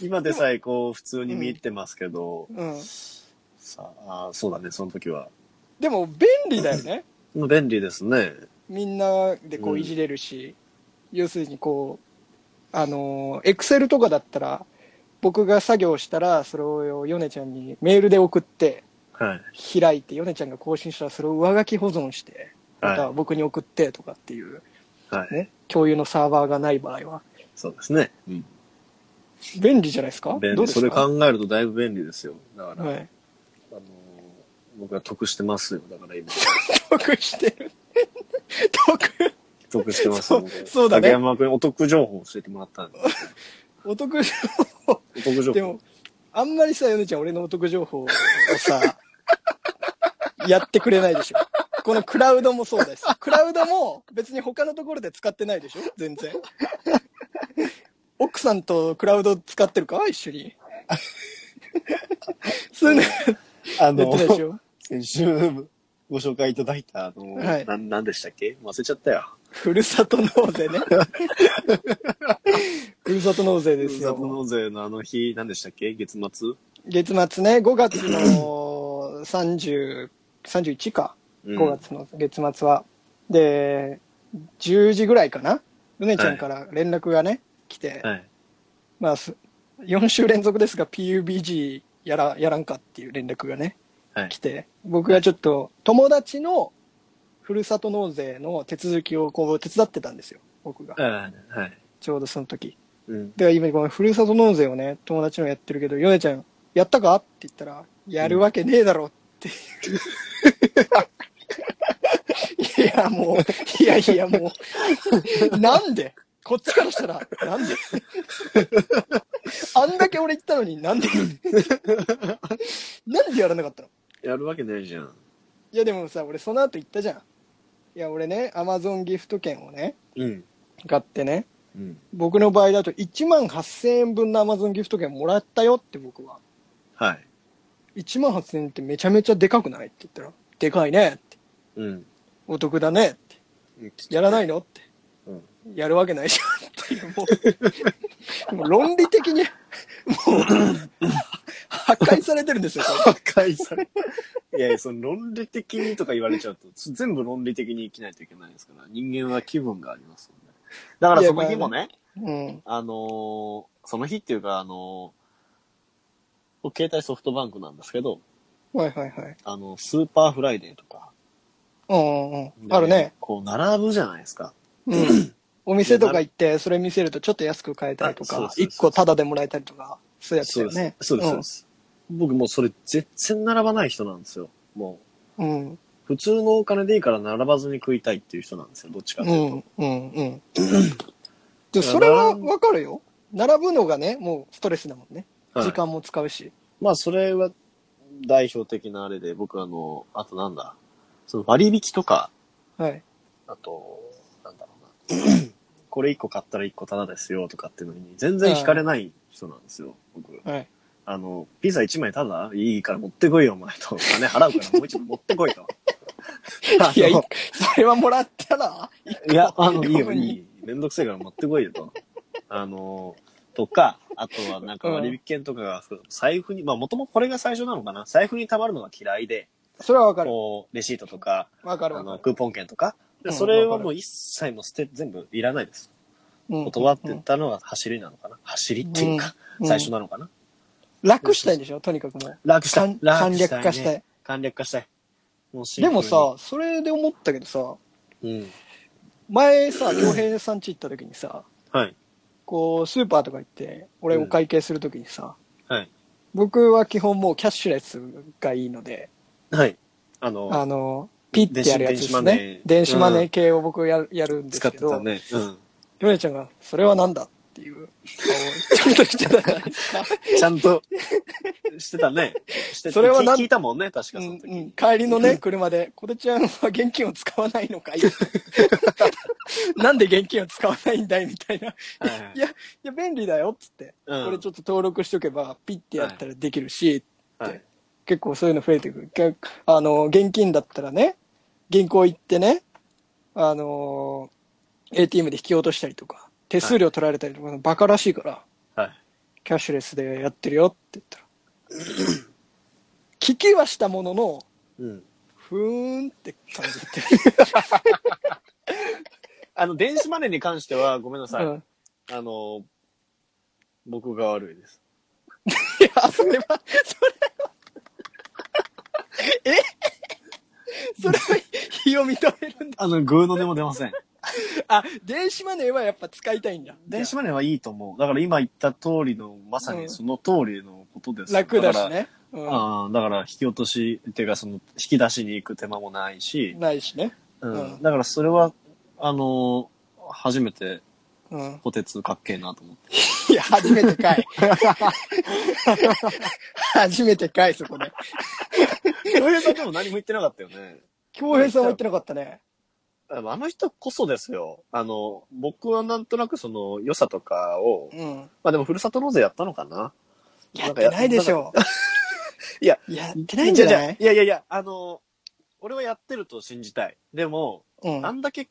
Speaker 3: 今でさえこう、普通に見入ってますけど、
Speaker 2: うん。
Speaker 3: さあー、そうだね、その時は。
Speaker 2: でも便利だよね。
Speaker 3: 便利ですね。
Speaker 2: みんなでこ
Speaker 3: う
Speaker 2: うんいじれるし、要するにこう、あの、エクセルとかだったら、僕が作業したら、それをヨネちゃんにメールで送って、
Speaker 3: はい。
Speaker 2: 開いて、ヨネちゃんが更新したら、それを上書き保存して、また
Speaker 3: は
Speaker 2: 僕に送ってとかっていう、
Speaker 3: い。はい。
Speaker 2: ね、共有のサーバーがない場合は。
Speaker 3: そうですね。うん。
Speaker 2: 便利じゃないですか
Speaker 3: 便
Speaker 2: どうで
Speaker 3: 利。
Speaker 2: すか
Speaker 3: それ考えるとだいぶ便利ですよ。だから、
Speaker 2: はい。
Speaker 3: あのー僕は得してますよ。だから 今。
Speaker 2: 得してる。 得、
Speaker 3: 得してます
Speaker 2: そ
Speaker 3: よ。
Speaker 2: う
Speaker 3: 僕
Speaker 2: そうだね
Speaker 3: 竹山君、お得情報を教えてもらった んで。
Speaker 2: お得情報。
Speaker 3: お得情
Speaker 2: で
Speaker 3: 報
Speaker 2: も。、あんまりさ、ヨネちゃん、俺のお得情報を さ、やってくれないでしょ。このクラウドもそうだし、クラウドも別に他のところで使ってないでしょ全然。奥さんとクラウド使ってるか一緒 に。そういうのや
Speaker 3: あ
Speaker 2: ってないでしょ
Speaker 3: 先週ご紹介いただいた、あの、
Speaker 2: はい
Speaker 3: ななんでしたっけ忘れちゃったよ。
Speaker 2: ふるさと納税ね。ふるさと納税
Speaker 3: ふ
Speaker 2: で
Speaker 3: る
Speaker 2: す
Speaker 3: さと
Speaker 2: よ。
Speaker 3: 納税のあの日、なんでしたっけ月末
Speaker 2: 月末ね、5月の30、31か。
Speaker 3: うん
Speaker 2: 5月の月末は。で、10時ぐらいかなヨネちゃんから連絡がね、来て、
Speaker 3: はい。
Speaker 2: まあ、す4週連続ですが PUBG やらやらんかっていう連絡がね、
Speaker 3: はい
Speaker 2: 来て僕がちょっと友達のふるさと納税の手続きをこう手伝ってたんですよ僕が
Speaker 3: はい。はい。
Speaker 2: ちょうどその時
Speaker 3: うん。
Speaker 2: で今このふるさと納税をね友達のやってるけど「ヨネちゃんやったか?」って言ったら「やるわけねえだろ」っていういやもういやいやもうなんでこっちからしたらなんであんだけ俺言ったのになんでなんでやらなかったの
Speaker 3: やるわけないじゃん。
Speaker 2: いやでもさ俺その後言ったじゃんいや俺ねアマゾンギフト券をね
Speaker 3: うん。
Speaker 2: 買ってね
Speaker 3: うん。
Speaker 2: 僕の場合だと1万8000円分の Amazon ギフト券もらったよって僕は
Speaker 3: はい。
Speaker 2: 1万8000円ってめちゃめちゃでかくないって言ったら「でかいね」って
Speaker 3: うん。
Speaker 2: 「お得だね」って「やらないの?」って
Speaker 3: うん。
Speaker 2: 「やるわけないじゃん」っていうもう もう論理的にもう破壊されてるんですよこ
Speaker 3: 破壊され。 いやいや、その論理的にとか言われちゃうと、全部論理的に生きないといけないですから、人間は気分がありますもんね。だからその日もね、
Speaker 2: れうん
Speaker 3: あのーその日っていうか、あのー僕携帯ソフトバンクなんですけど、
Speaker 2: はいはいはい
Speaker 3: あの、スーパーフライデーとか。
Speaker 2: うんうんうんあるね。
Speaker 3: こう、並ぶじゃないですか。
Speaker 2: うんお店とか行ってそれ見せるとちょっと安く買えたりと
Speaker 3: あそう
Speaker 2: か
Speaker 3: そうそ
Speaker 2: 1
Speaker 3: う
Speaker 2: 個タダでもらえたりとかそういうやつだ
Speaker 3: そう
Speaker 2: よ
Speaker 3: です
Speaker 2: ね。
Speaker 3: そうです、そうです。僕もうそれ全然並ばない人なんですよ。もう、
Speaker 2: うんうん
Speaker 3: 普通のお金でいいから並ばずに食いたいっていう人なんですよ、どっちかって
Speaker 2: う
Speaker 3: いうと。
Speaker 2: んうんうん。でもそれはわかるよ。並ぶのがね、もうストレスだもんね。
Speaker 3: はい
Speaker 2: 時間も使うし。
Speaker 3: まあ、それは代表的なあれで、僕あの、あとなんだ、その割引とか、
Speaker 2: はい。
Speaker 3: あと、なんだろうな、 これ1個買ったら1個タダですよとかっていうのに、全然惹かれない人なんですよ、僕。
Speaker 2: はい。
Speaker 3: あの、ピザ1枚タダいいから持ってこいよ、お前と。金払うからもう一枚持ってこ いと。あの
Speaker 2: いや、いそれはもらったら、
Speaker 3: いや、あの、いい
Speaker 2: ご
Speaker 3: よ、
Speaker 2: めん
Speaker 3: いい。めんどくせえから持ってこいよと。 あの、とか、あとはなんか割引券とかが、財布に、まあもともとこれが最初なのかな。財布に溜まるのが嫌いで、
Speaker 2: それはわかる。
Speaker 3: こう、レシートとか、
Speaker 2: わかる
Speaker 3: あ
Speaker 2: わか
Speaker 3: の、
Speaker 2: る。
Speaker 3: クーポン券とか。で
Speaker 2: うん
Speaker 3: それは
Speaker 2: わかる
Speaker 3: もう一切もう捨て、全部いらないです。
Speaker 2: うん
Speaker 3: 断って
Speaker 2: う
Speaker 3: っ
Speaker 2: ん
Speaker 3: たのが走りなのかな。走りっていうか、
Speaker 2: うん
Speaker 3: 最初なのかな。
Speaker 2: 楽したいんでしょとにかくもう。
Speaker 3: 楽したい
Speaker 2: 簡。簡略化した
Speaker 3: ね
Speaker 2: い。
Speaker 3: 簡略化したい。もうシンプ
Speaker 2: で
Speaker 3: ルに
Speaker 2: もさ、、それで思ったけどさ、
Speaker 3: うん。
Speaker 2: 前さ、京平さん家行った時にさ、
Speaker 3: はい。
Speaker 2: こう、スーパーとか行って、俺お会計する時にさ、
Speaker 3: はい。
Speaker 2: 僕は基本もうキャッシュレスがいいので、
Speaker 3: はい。あの、
Speaker 2: あの、ピッてやるやつですね。電
Speaker 3: 電
Speaker 2: 子
Speaker 3: 子
Speaker 2: マ
Speaker 3: マ
Speaker 2: ネ
Speaker 3: ネー
Speaker 2: ー系を僕やるやるんです
Speaker 3: 使っ
Speaker 2: け
Speaker 3: て
Speaker 2: ど、
Speaker 3: た
Speaker 2: ヨネ、
Speaker 3: ね。うん。
Speaker 2: ちゃんが、それはなんだっていう顔をちゃんとしてたじゃないですか。
Speaker 3: ちゃんと、してたね。して
Speaker 2: それはなん
Speaker 3: 聞いたもんね、確
Speaker 2: う
Speaker 3: か
Speaker 2: ん
Speaker 3: その時。
Speaker 2: うん、帰りのね、車で、こてちゃんは現金を使わないのかい なんで現金を使わないんだいみたいな。
Speaker 3: はいはい
Speaker 2: いや、いや、便利だよっつって、
Speaker 3: うん
Speaker 2: これちょっと登録しとけば、ピッてやったらできるし、
Speaker 3: はい
Speaker 2: 結構そういうの増えてくるけ。あの、現金だったらね、銀行行ってね、あのー、ATM で引き落としたりとか、手数料取られたりとか、バカらしいから、
Speaker 3: はい。
Speaker 2: キャッシュレスでやってるよって言ったら。聞きはしたものの、
Speaker 3: うん。
Speaker 2: ふーんって感じて。
Speaker 3: あの、電子マネーに関しては、ごめんなさい。
Speaker 2: うん
Speaker 3: あの、僕が悪いです。
Speaker 2: いや、それは、それは、えそれは、非を認めるんだ。
Speaker 3: あの、グーの音も出ません。
Speaker 2: あ、電子マネーはやっぱ使いたいんだ。
Speaker 3: 電子マネーはいいと思う。だから今言った通りの、まさにその通りのことです。
Speaker 2: 楽だ
Speaker 3: から
Speaker 2: し。ね。う
Speaker 3: ああ、だから引き落とし、っていうかその、引き出しに行く手間もないし
Speaker 2: ん。、ないしね。
Speaker 3: うん
Speaker 2: うん
Speaker 3: だからそれは、あの、初めて、
Speaker 2: うん。
Speaker 3: こてつかっけえなと思っ て。
Speaker 2: いや、初めてかい。初めてかい、そこで。
Speaker 3: 京平さんでも何も言ってなかったよね。
Speaker 2: 京平さんは言ってなかったね。
Speaker 3: あの人こそですよ。あの、僕はなんとなくその良さとかを、
Speaker 2: うん。
Speaker 3: まあでもふるさと納税やったのかな
Speaker 2: やってないでしょ。
Speaker 3: いや、
Speaker 2: やっ
Speaker 3: なんか
Speaker 2: てないんじゃ
Speaker 3: い
Speaker 2: な
Speaker 3: や
Speaker 2: い
Speaker 3: いやいやいや、あの、俺はやってると信じたい。でも、
Speaker 2: うん。
Speaker 3: あ
Speaker 2: あ
Speaker 3: んだけ、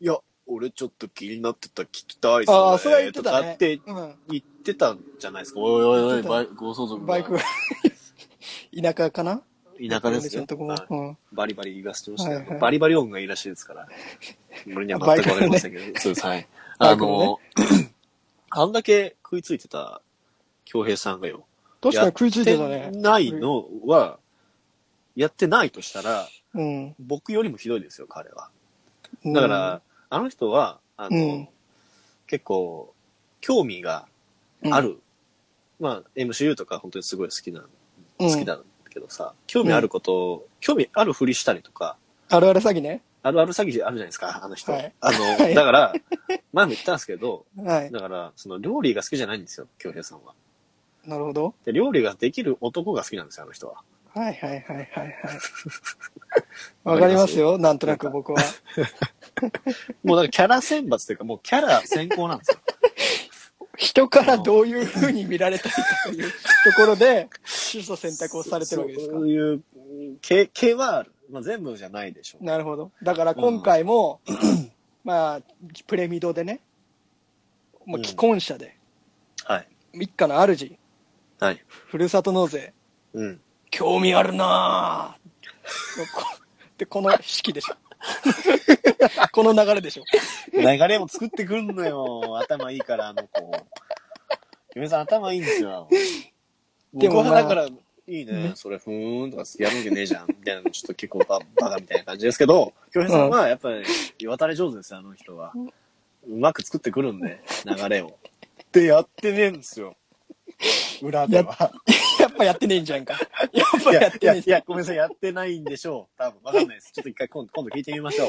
Speaker 3: いや、俺ちょっと気になってた、聞きたいっすね
Speaker 2: あ、それは言ってた
Speaker 3: とか
Speaker 2: ね。
Speaker 3: って
Speaker 2: うん。
Speaker 3: 言ってたんじゃないですか。おいおいお
Speaker 2: 言って
Speaker 3: い、
Speaker 2: た
Speaker 3: バイご相続が
Speaker 2: バイクが田舎かな
Speaker 3: 田舎です
Speaker 2: ちゃん
Speaker 3: よ。
Speaker 2: とこも
Speaker 3: はい。
Speaker 2: うん
Speaker 3: バリバリ言わせてましたけど、
Speaker 2: はいはい
Speaker 3: バリバリ音がいいらしいで すから。俺には全くわかりませんけど、そうです、はい。
Speaker 2: バ
Speaker 3: あ
Speaker 2: イクも
Speaker 3: の、 あんだけ食いついてた京平さんがよ、
Speaker 2: 確かに食いついてた
Speaker 3: やっ
Speaker 2: ね
Speaker 3: て。ないのは、やってないとしたら、
Speaker 2: うん。
Speaker 3: 僕よりもひどいですよ、彼は。だから、あの人は、あの、
Speaker 2: うん
Speaker 3: 結構、興味が
Speaker 2: うん、
Speaker 3: ある、まあ、MCU とか本当にすごい好きな、
Speaker 2: うん、
Speaker 3: 好きなんだけどさ、興味あることを、興味あるふりしたりとか、
Speaker 2: あるある詐欺ね。
Speaker 3: あるある詐欺あるじゃないですか、あの 人。
Speaker 2: はい
Speaker 3: あ
Speaker 2: い
Speaker 3: の、だから、前も言ったんですけど、
Speaker 2: はい。
Speaker 3: だから、その料理が好きじゃないんですよ、京平さんは。
Speaker 2: なるほど。
Speaker 3: で、料理ができる男が好きなんですよ、あの人は。
Speaker 2: はいはいはい はいはい。わかりますよ、なんとなく僕は。
Speaker 3: もうなんかキャラ選抜というか、もうキャラ先行なんで すよ。
Speaker 2: 人からどういうふうに見られたいかというところ で、取捨選択をされてるわけですか
Speaker 3: そ。ういう系、系はある。まあ、全部じゃないでしょう。
Speaker 2: なるほど。だから今回も、まあ、プレミドでね、もう既婚者で、
Speaker 3: はい。
Speaker 2: 一家の主、
Speaker 3: はい。
Speaker 2: ふるさと納税、
Speaker 3: うん。
Speaker 2: 興味あるなぁ。 こで、この式でしょ。この流れでしょ。
Speaker 3: 流れも作ってくんのよ。頭いいから、あの子。嫁さん頭いいんですよ。
Speaker 2: で
Speaker 3: で
Speaker 2: も
Speaker 3: も、
Speaker 2: まあ
Speaker 3: 僕はだから、いいね、それ、ふーんとか、やるわけねえじゃん、みたいなの、ちょっと結構ババカみたいな感じですけど、京平さんは、やっぱり、渡れ上手ですよ、あの人は。うまく作ってくるんで、流れを。ってやってねえんですよ。裏では。
Speaker 2: やっぱやってねえんじゃんか。やっぱ
Speaker 3: いや
Speaker 2: やっ
Speaker 3: い
Speaker 2: て
Speaker 3: や、い
Speaker 2: ねえ
Speaker 3: や、ごめんなさい、やってないんでしょう。多分、わかんないです。ちょっと一回今度、今度聞いてみましょう。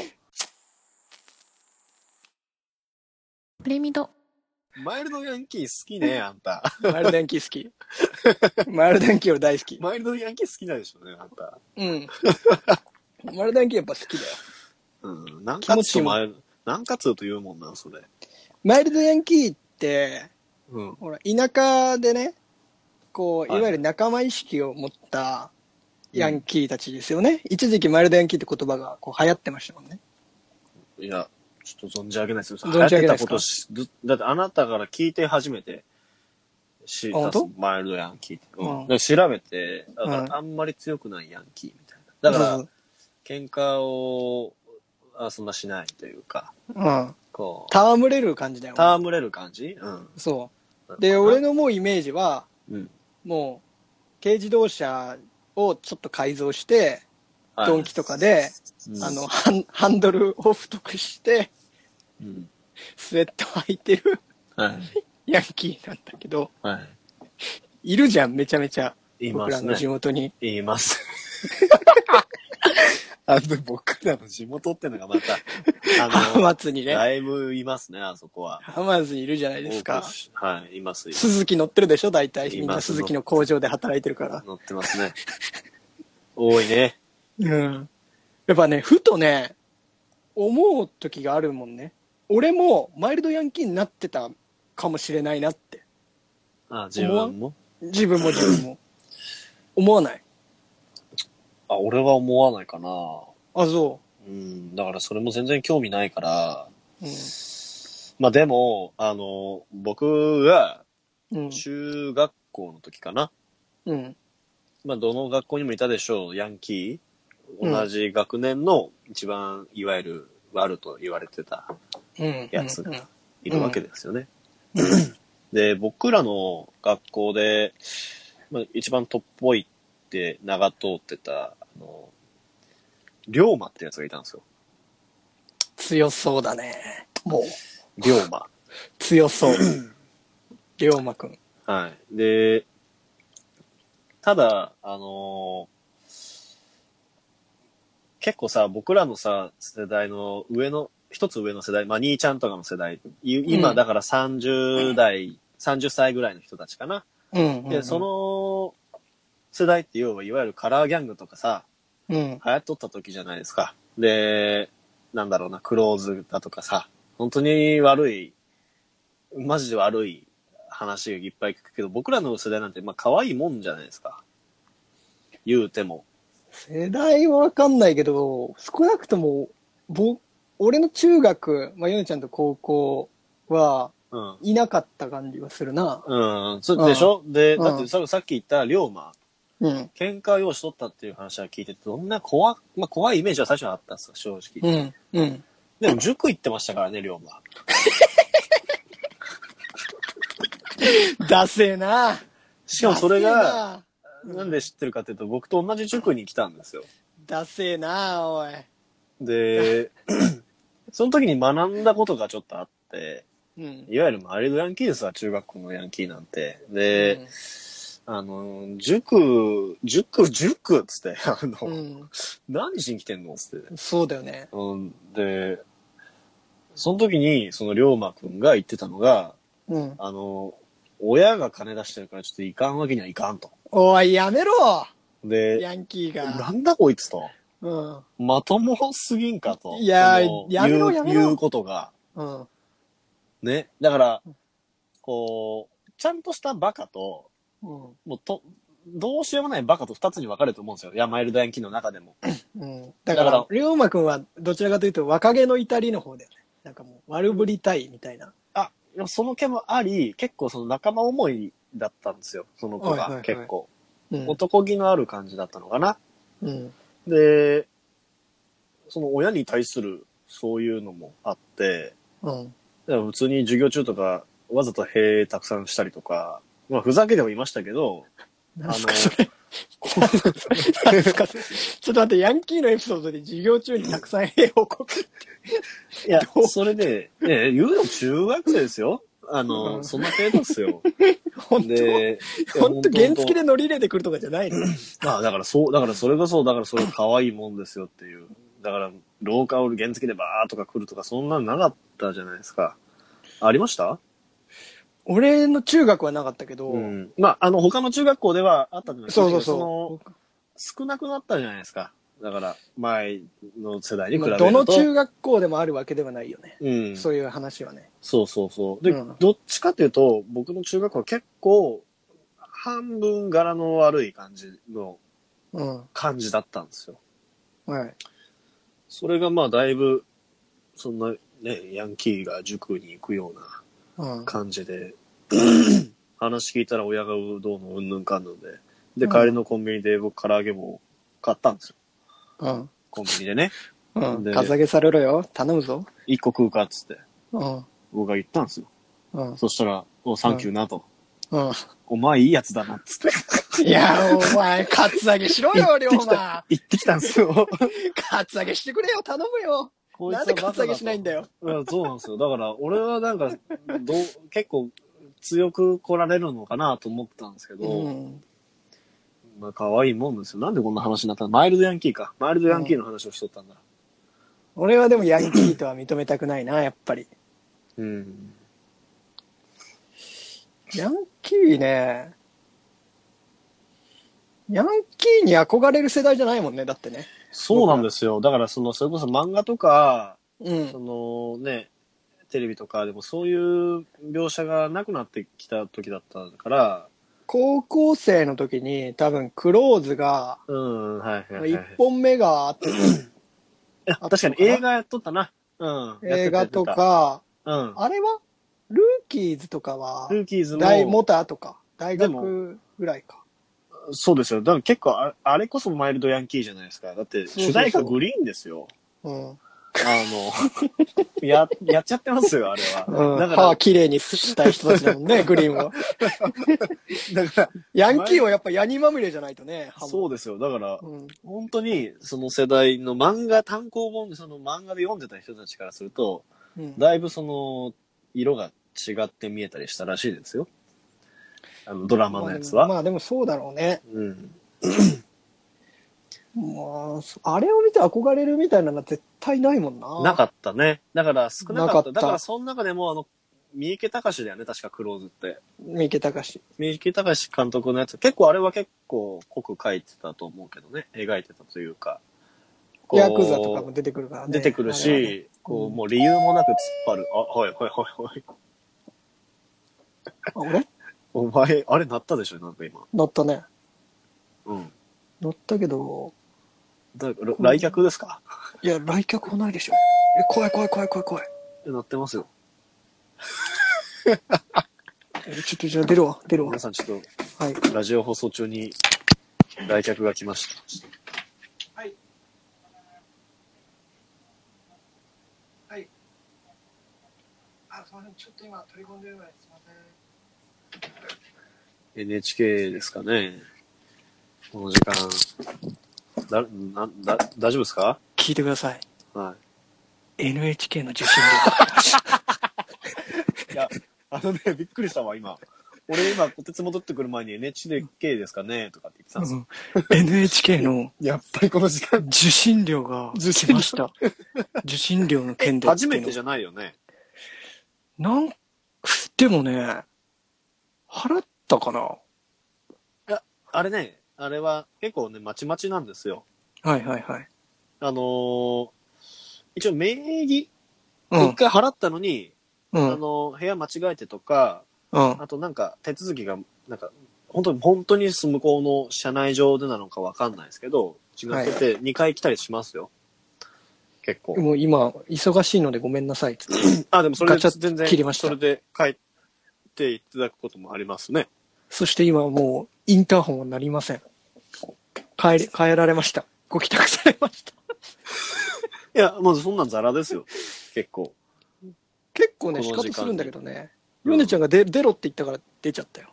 Speaker 1: プレミド
Speaker 3: マイルドヤンキー好きね、あんた。
Speaker 2: マイルドヤンキー好き。マイルドヤンキー俺大好き。
Speaker 3: マイルドヤンキー好きなんでしょうね、あんた。
Speaker 2: うん。マイルドヤンキーやっぱ好きだよ。
Speaker 3: うん。何カツとマイル、何カツと言うもんな、それ。
Speaker 2: マイルドヤンキーって、
Speaker 3: うん。
Speaker 2: ほら、田舎でね、こう、
Speaker 3: はい
Speaker 2: いわゆる仲間意識を持ったヤンキーたちですよね。一時期マイルドヤンキーって言葉がこう流行ってましたもんね。
Speaker 3: いや、ちょっと存じ上げないですよ。
Speaker 2: 存じ上げない
Speaker 3: 流行
Speaker 2: で
Speaker 3: っ
Speaker 2: すか
Speaker 3: てたことし、ずだってあなたから聞いて初めて知った
Speaker 2: あ本当
Speaker 3: マイルドヤンキーって。
Speaker 2: うん
Speaker 3: うん。で調べて、だか
Speaker 2: うん
Speaker 3: らあんまり強くないヤンキーみたいな。だか
Speaker 2: そ
Speaker 3: ら
Speaker 2: う、
Speaker 3: 喧嘩を、あそんなしないというか、
Speaker 2: そううん。
Speaker 3: こう、
Speaker 2: 戯れる感じだよ。
Speaker 3: 戯れる感じうん。
Speaker 2: そう。で、俺
Speaker 3: の、
Speaker 2: のもうイメージは、
Speaker 3: うん。
Speaker 2: もう、軽自動車をちょっと改造して、
Speaker 3: はい
Speaker 2: ドンキとかで、
Speaker 3: うん
Speaker 2: あの、ハンハンドルを太くして、
Speaker 3: うん。
Speaker 2: スウェット履いてる
Speaker 3: はい。
Speaker 2: ヤンキーなんだけど、
Speaker 3: はい。
Speaker 2: いるじゃん、めちゃめちゃ。
Speaker 3: 言い
Speaker 2: 僕
Speaker 3: ま
Speaker 2: ら
Speaker 3: す
Speaker 2: の
Speaker 3: ね
Speaker 2: 地。元に。
Speaker 3: 言 います。あの、僕らの地元ってのがまた、あ
Speaker 2: 浜
Speaker 3: の、
Speaker 2: 松にね。
Speaker 3: だいぶいますね、あそこは。
Speaker 2: 浜松にいるじゃないです
Speaker 3: 多
Speaker 2: か
Speaker 3: く。しはい、います。
Speaker 2: 鈴木乗ってるでしょ大体
Speaker 3: います
Speaker 2: みんな鈴木の工場で働いてるから。
Speaker 3: 乗ってますね。多いね。
Speaker 2: うん。やっぱね、ふとね、思う時があるもんね。俺もマイルドヤンキーになってたかもしれないなって。
Speaker 3: あ、自分も。
Speaker 2: 自分も自分 も。思わない。
Speaker 3: あ、俺は思わないかな。
Speaker 2: あ、そ
Speaker 3: うん、だからそれも全然興味ないから。
Speaker 2: う。
Speaker 3: まあでも、あの、僕が
Speaker 2: うん。うん。
Speaker 3: 中学校の時かな。
Speaker 2: うん。
Speaker 3: まあ、どの学校にもいたでしょう、ヤンキ
Speaker 2: うん
Speaker 3: ー。同じ学年の一番、いわゆる悪と言われてた、
Speaker 2: うん。
Speaker 3: やつ
Speaker 2: うん。
Speaker 3: いるわけですよね。で、僕らの学校で、まあ、一番トップっぽいって長通ってた、あの、龍馬ってやつがいたんですよ。
Speaker 2: 強そうだね。もう。
Speaker 3: 龍 馬。
Speaker 2: 強 そう。龍馬くん。
Speaker 3: はい。で、ただ、あのー結構さ、僕らのさ、世代の上の、一つ上の世代、まあ、兄ちゃんとかの世代、い
Speaker 2: うん
Speaker 3: 今だから30代、30歳ぐらいの人たちかな。
Speaker 2: うん、うん。
Speaker 3: で、そ、の世代って要は、いわゆるカラーギャングとかさ、
Speaker 2: うん。
Speaker 3: 流行っとった時じゃないですか。で、なんだろうな、クローズだとかさ、本当に悪い、マジで悪い話いっぱい聞くけど、僕らの世代なんて、まあ、可愛いもんじゃないですか。言うても。
Speaker 2: 世代はわかんないけど、少なくとも、ぼ、俺の中学、まあ、ヨネちゃんと高校は、
Speaker 3: うん。
Speaker 2: いなかった感じはするな。
Speaker 3: うん、そうでしょで、
Speaker 2: うん
Speaker 3: だってささっき言った龍馬
Speaker 2: うん。
Speaker 3: 喧嘩を用意しとったっていう話は聞いてて、どんな怖、まあ怖いイメージは最初はあったんですよ、正直。
Speaker 2: うん。うん。
Speaker 3: でも塾行ってましたからね、龍馬。
Speaker 2: ダセえな。
Speaker 3: しかもそれが、なんで知ってるかっていうと、僕と同じ塾に来たんで すよ。
Speaker 2: ダセえな、おい。
Speaker 3: で、 その時に学んだことがちょっとあって、
Speaker 2: うん。
Speaker 3: いわゆる周りのヤンキーですわ、中学校のヤンキーなんて。で、あの、塾、塾、塾っつって、あの、
Speaker 2: うん。
Speaker 3: 何しに来てんのっつって。
Speaker 2: そうだよね。
Speaker 3: うん、で、その時に、その龍馬くんが言ってたのが、
Speaker 2: うん。
Speaker 3: あの、親が金出してるからちょっといかんわけにはいかんと。
Speaker 2: おい、やめろ
Speaker 3: で、
Speaker 2: ヤンキー
Speaker 3: な
Speaker 2: が。
Speaker 3: んだこいつと。
Speaker 2: うん。
Speaker 3: まともすぎんかと。
Speaker 2: いやー
Speaker 3: その
Speaker 2: やめろ
Speaker 3: 言う
Speaker 2: やめろ
Speaker 3: 言うことが。
Speaker 2: うん。
Speaker 3: ね。だから、こう、ちゃんとしたバカと、
Speaker 2: うん。
Speaker 3: もうと、どうしようもないバカと二つに分かれると思うんですよ。いや、マイルドヤンキーの中でも。
Speaker 2: うん。だか
Speaker 3: から
Speaker 2: ら、龍馬くんはどちらかというと若気の至りの方だよね。なんかもう悪ぶりたいみたいな。
Speaker 3: あ、でもその気もあり、結構その仲間思いだったんですよ。その子
Speaker 2: はいはいは
Speaker 3: が
Speaker 2: い
Speaker 3: 結構。
Speaker 2: うん。
Speaker 3: 男気のある感じだったのかな。
Speaker 2: うん。
Speaker 3: で、その親に対するそういうのもあって、
Speaker 2: うん。
Speaker 3: だから普通に授業中とか、わざと塀たくさんしたりとか、まあふざけてもいましたけど、
Speaker 2: なん
Speaker 3: あ
Speaker 2: す
Speaker 3: の
Speaker 2: か、それ。 なんすかそれちょっと待って、ヤンキーのエピソードで授業中にたくさん絵をこく。
Speaker 3: いや
Speaker 2: どう、
Speaker 3: それで、え、言うの中学生ですよ。あ
Speaker 2: うん
Speaker 3: の、そんな程度ですよ。
Speaker 2: 本当
Speaker 3: で、
Speaker 2: 本当原付
Speaker 3: で
Speaker 2: で乗り入れてくるとかじゃないの
Speaker 3: あだからそう、だからそれこそ、だからそれ可愛いもんですよっていう。だから、廊下を原付でバーッとか来るとか、そんなのなかったじゃないですか。ありました
Speaker 2: 俺の中学はなかったけど、
Speaker 3: ん。まあ、あの、他の中学校ではあったじゃないですか。
Speaker 2: そうそう
Speaker 3: だけど
Speaker 2: そ
Speaker 3: その少なくなったじゃないですか。だから、前の世代に
Speaker 2: う。
Speaker 3: 比
Speaker 2: ま
Speaker 3: べ
Speaker 2: あ
Speaker 3: ると。
Speaker 2: どの中学校でもあるわけではないよね。
Speaker 3: うん。
Speaker 2: そういう話はね。
Speaker 3: そうそうそう。で、
Speaker 2: うん
Speaker 3: どっちかっていうと、僕の中学校は結構、半分柄の悪い感じの
Speaker 2: うん。
Speaker 3: 感じだったんですよ。
Speaker 2: はい。
Speaker 3: それがまあだいぶ、そんなね、ヤンキーが塾に行くような
Speaker 2: うん。
Speaker 3: 感 じで、話聞いたら親がどうのうんぬんかんぬんで、で、帰りのコンビニで僕唐揚げも買ったんですよ。
Speaker 2: うん。
Speaker 3: コンビニでね。
Speaker 2: うん。
Speaker 3: で
Speaker 2: かさげされろよ。頼むぞ。
Speaker 3: 一個食うかっつって、
Speaker 2: うん。
Speaker 3: 僕が言ったんですよ。
Speaker 2: うん。
Speaker 3: そしたら、お、サンキューなと。
Speaker 2: うん。
Speaker 3: お前いいやつだなっつっ て。
Speaker 2: いや、お前、カツアゲしろよ、龍馬。
Speaker 3: 言ってきたんですよ。
Speaker 2: カツアゲしてくれよ、頼むよ。
Speaker 3: こい
Speaker 2: な
Speaker 3: つは
Speaker 2: んでカツアゲしないんだ
Speaker 3: よ。
Speaker 2: よ。
Speaker 3: いや、そうなんですよ。だから、俺はなんか、どう、結構、強く来られるのかなと思ってたんですけど、
Speaker 2: うん。
Speaker 3: まあ、可愛いもんですよ。なんでこんな話になったのマイルドヤンキーか。マイルドヤンキーの話をしとったんだ。
Speaker 2: 俺はでもヤンキーとは認めたくないな、やっぱり。
Speaker 3: うん。
Speaker 2: ヤンキーね。ヤンキーに憧れる世代じゃないもんね、だってね。
Speaker 3: そうなんですよ。だから、その、それこそ漫画とか、
Speaker 2: う
Speaker 3: そ
Speaker 2: ん。
Speaker 3: のね、テレビとかでもそういう描写がなくなってきた時だったから、
Speaker 2: 高校生の時に多分クローズが、
Speaker 3: うん、はいはい、はい。
Speaker 2: 一本目があって、
Speaker 3: いや確かに映画やっとったな。うん。やってた
Speaker 2: 映画と。
Speaker 3: やって
Speaker 2: か、
Speaker 3: たうん。
Speaker 2: あれはルーキーズとかは、
Speaker 3: ルーキーズも。
Speaker 2: 大モタとか、大
Speaker 3: で
Speaker 2: 学ぐらいか。
Speaker 3: そうですよ。だから結構あ、あれこそマイルドヤンキーじゃないですか。だって、
Speaker 2: そうそうそう
Speaker 3: 主題歌グリーンですよ。
Speaker 2: うん。
Speaker 3: あ の、や、やっちゃってますよ、あれは。
Speaker 2: うん、
Speaker 3: だ
Speaker 2: 歯
Speaker 3: か
Speaker 2: 綺麗にしたい人たちだもん ね、グリーンは。
Speaker 3: ら、だか
Speaker 2: ヤンキーはやっぱヤニまみれじゃないとね、
Speaker 3: ら、
Speaker 2: 歯も
Speaker 3: そうですよ。だから、
Speaker 2: うん。
Speaker 3: 本当に、その世代の漫画、単行本で、その漫画で読んでた人たちからすると、
Speaker 2: うん。
Speaker 3: だいぶその、色が違って見えたりしたらしいですよ。あの、ドラマのやつは。
Speaker 2: まあでもそうだろうね。
Speaker 3: うん。
Speaker 2: まあ、そあれを見て憧れるみたいなのは絶対ないもんな。
Speaker 3: なかったね。だから少なか
Speaker 2: なか
Speaker 3: っ
Speaker 2: った
Speaker 3: た。だからその中でも、あの、三池隆だよね、確かクローズって。
Speaker 2: 三池隆。
Speaker 3: 三池隆監督のやつ、結構あれは結構濃く書いてたと思うけどね。描いてたというか。こう
Speaker 2: ヤクザとかも出てくるからね。
Speaker 3: 出てくる
Speaker 2: あれはね。
Speaker 3: し、
Speaker 2: う
Speaker 3: こう、
Speaker 2: ん
Speaker 3: もう理由もなく突っ張る。あ、はいはいはいはい。
Speaker 2: あ、俺
Speaker 3: お前、あれなったでしょ、なんか今。
Speaker 2: 乗ったね。
Speaker 3: うん。
Speaker 2: 乗ったけど、
Speaker 3: だら来客ですか
Speaker 2: いや、来客来ないでしょ。え、怖い怖い怖い怖い怖い。
Speaker 3: えなってますよ。
Speaker 2: えちょっとじゃあ出るわ、出るわ
Speaker 3: 皆。さんちょっ
Speaker 2: はい。
Speaker 3: と、ラジオ放送中に、来客が来ました。
Speaker 4: あ、すみません。ちょっと今取り込んでるのですみません。
Speaker 3: NHK ですかね。この時間。だ、な、だ、大丈夫ですか
Speaker 2: 聞いてください。
Speaker 3: は
Speaker 2: NHK の受信料。
Speaker 3: い。いや、あのね、びっくりしたわ、今。俺今、こてつ戻ってくる前に NHK ですかねとかって言ってたんですよ。
Speaker 2: NHK の
Speaker 3: やっぱりこの時間。
Speaker 2: 受信料が来ました。受信料の件で。
Speaker 3: 初めてじゃないよね。
Speaker 2: なん、でもね、払ったかな
Speaker 3: あれね、あれは結構ね、まちまちなんですよ。
Speaker 2: はいはいはい。
Speaker 3: あのー一応名義、
Speaker 2: う
Speaker 3: 一
Speaker 2: ん。
Speaker 3: 回払ったのに、
Speaker 2: う
Speaker 3: あ
Speaker 2: ん。
Speaker 3: のー部屋間違えてとか、
Speaker 2: うん。
Speaker 3: あとなんか手続きが、なんか、本当に、本当に向こうの社内上でなのかわかんないですけど、違ってて2回来たりしますよ。結構。
Speaker 2: もう今、忙しいのでごめんなさいっつって。
Speaker 3: あ、でもそれ
Speaker 2: ガチ
Speaker 3: で
Speaker 2: ャ
Speaker 3: 全然、
Speaker 2: 切りました
Speaker 3: それで帰っていただくこともありますね。
Speaker 2: そして今もう、インターホンは鳴りません。帰り、帰られました。ご帰宅されました。
Speaker 3: いや、まずそんなんザラですよ。結構。
Speaker 2: 結構ね、
Speaker 3: こ
Speaker 2: 仕
Speaker 3: の
Speaker 2: 方
Speaker 3: 時間に
Speaker 2: するんだけどね。
Speaker 3: うん
Speaker 2: ヨネちゃんが出出ろって言ったから出ちゃったよ。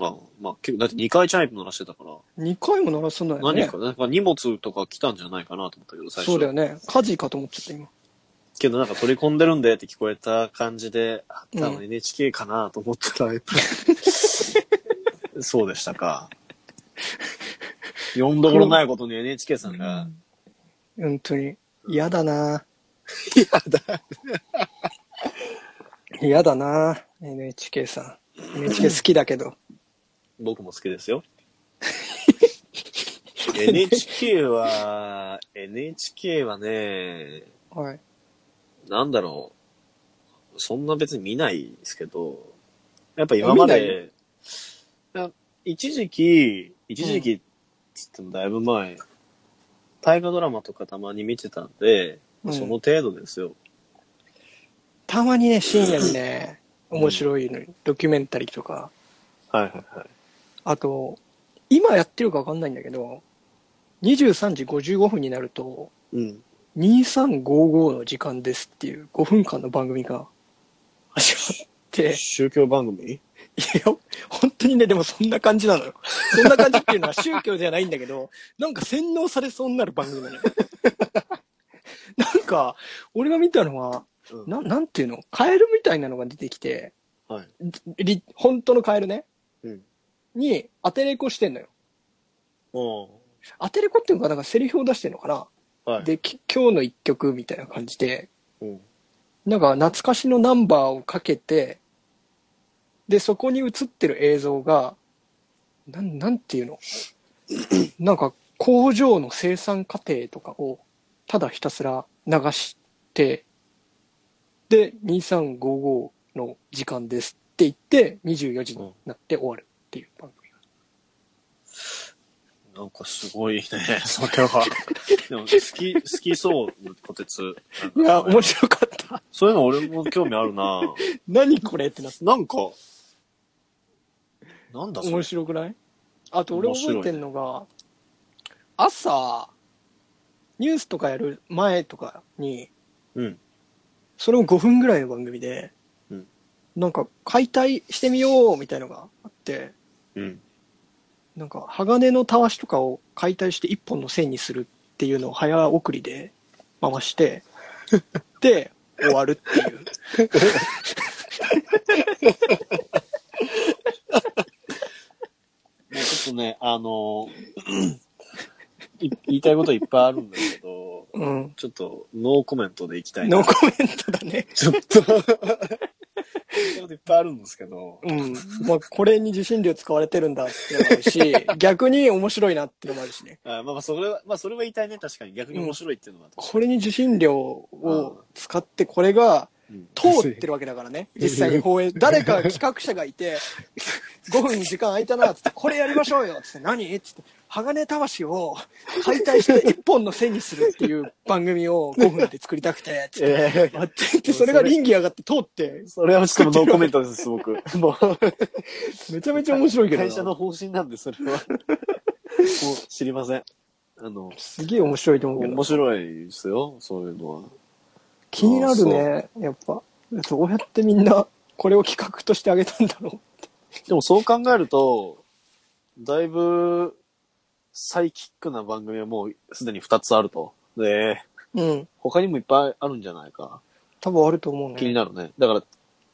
Speaker 3: あまあ結構、だって2回チャイム鳴らしてたから、
Speaker 2: 2回も鳴らすんだよ
Speaker 3: 何
Speaker 2: ね
Speaker 3: か、。なんか荷物とか来たんじゃないかなと思ったけど、最初。
Speaker 2: そうだよね。火事かと思っちゃった今。
Speaker 3: けどなんか取り込んでるんでって聞こえた感じで、あ多
Speaker 2: う
Speaker 3: 分 NHK かなと思ったら、やっ ぱりそうでしたか。読んどころないことに NHK さんが、
Speaker 2: 本当に。嫌だな嫌だ。嫌だな NHK さん。NHK 好きだけど。
Speaker 3: 僕も好きですよ。NHK は、NHK はね、
Speaker 2: はい。
Speaker 3: なんだろう。そんな別に見ないですけど、やっぱ今ま
Speaker 2: あ見な
Speaker 3: で、いや一時期、一時期っつってもだいぶ前、大河ドラマとかたまに見てたんで、
Speaker 2: うん
Speaker 3: その程度ですよ。
Speaker 2: たまにね、深夜にね、面白いのドキュメンタリーとか、
Speaker 3: はいはいはい。
Speaker 2: あと、今やってるかわかんないんだけど、23時55分になると、
Speaker 3: うん。
Speaker 2: 2355の時間ですっていう5分間の番組が始ま って、
Speaker 3: 宗教番組
Speaker 2: いや、本当にね、でもそんな感じなのよ。そんな感じっていうのは宗教じゃないんだけど、なんか洗脳されそうになる番組なのよ。なんか、俺が見たのは、
Speaker 3: うん
Speaker 2: ななんていうのカエルみたいなのが出てきて、
Speaker 3: はい。
Speaker 2: り本当のカエルね、
Speaker 3: うん。
Speaker 2: に当てれこしてんのよ。
Speaker 3: お
Speaker 2: 当てれこっていうのが、だからセリフを出してんのかな、
Speaker 3: ーはい。
Speaker 2: で、き今日の一曲みたいな感じで、
Speaker 3: うん、
Speaker 2: なんか懐かしのナンバーをかけて、で、そこに映ってる映像が、なん、なんていうのなんか工場の生産過程とかをただひたすら流して、で、2355の時間ですって言って、24時になって終わるっていう番組。
Speaker 3: なんかすごいね、 それは。でも好き、好きそう、こてつ。
Speaker 2: いや、面白かった。
Speaker 3: そういうの俺も興味あるな
Speaker 2: 何これってなって
Speaker 3: なんか、なんだそ
Speaker 2: 面
Speaker 3: れ。
Speaker 2: 白くないあと俺
Speaker 3: 面白い
Speaker 2: 覚え
Speaker 3: ね
Speaker 2: てんのが、朝ニュースとかやる前とかに
Speaker 3: うん。
Speaker 2: それも5分ぐらいの番組で、
Speaker 3: うん
Speaker 2: なんか解体してみようみたいのがあって
Speaker 3: うん。
Speaker 2: なんか鋼のたわしとかを解体して1本の線にするっていうのを早送りで回して で終わるっていう
Speaker 3: もうちょっとね、あの、い言いたいこといっぱいあるんだけど、
Speaker 2: うん
Speaker 3: ちょっとノーコメントでいきたいな。
Speaker 2: ノーコメントだね
Speaker 3: ちょっと、言いたいこといっ ぱいあるんですけど、
Speaker 2: うん。まあ、これに受信料使われてるんだっていうのもあるし、逆に面白いなっていうのもあるしね。
Speaker 3: あまあまあ、それは、まあそれは言いたいね、確かに。逆に面白いっていうのは。
Speaker 2: これに受信料を使って、これが
Speaker 3: うん
Speaker 2: 通ってるわけだから ね。実際に放映。誰か企画者がいて、5分時間空いたな、つって、これやりましょうよつって、何つって、鋼魂を解体して一本の線にするっていう番組を5分で作りたくて、 つって。
Speaker 3: ええ
Speaker 2: やってってそれが倫理上がって通って、
Speaker 3: それはちょっとノーコメントです、僕。もう、
Speaker 2: めちゃめちゃ面白いけどな。
Speaker 3: 会社の方針なんで、それは。知りません。あの、
Speaker 2: すげえ面白いと思うけど
Speaker 3: 面。白いですよ、そういうのは。
Speaker 2: 気になるね、やっぱ。どうやってみんな、これを企画としてあげたんだろ
Speaker 3: でもそう考えると、だいぶ、サイキックな番組はもうすでに2つあると。で、
Speaker 2: う。うん。
Speaker 3: 他にもいっぱいあるんじゃないか。
Speaker 2: 多分あると思うね。
Speaker 3: 気になるね。だから、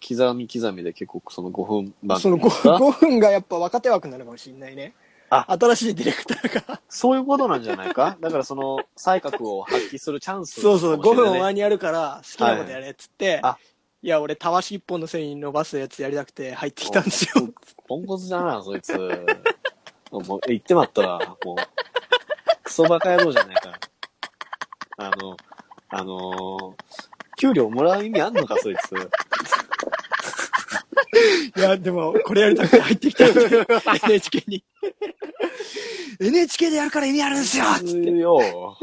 Speaker 3: 刻み刻みで結構その5分番
Speaker 2: その
Speaker 3: 組
Speaker 2: 5,
Speaker 3: が。
Speaker 2: 5分がやっぱ若手枠になるかもしれないね。
Speaker 3: あ
Speaker 2: 新しいディレクターが。
Speaker 3: そういうことなんじゃないかだからその、才覚を発揮するチャンス、
Speaker 2: そうそう、5分お前
Speaker 3: に。
Speaker 2: にやるから好きなことやれっつって、い、
Speaker 3: あ
Speaker 2: や、俺、たわし一本の線に伸ばすやつやりたくて入ってきたんですよ。
Speaker 3: ポンコツだな、そいつ。 もう、言ってまったわ。もう、クソバカ野郎じゃないか。あの、あのー給料もらう意味あんのか、そいつ。
Speaker 2: いや、でも、これやりたくて入ってきたん だよ NHK に。NHK でやるから意味あるんですよつって。
Speaker 3: よ。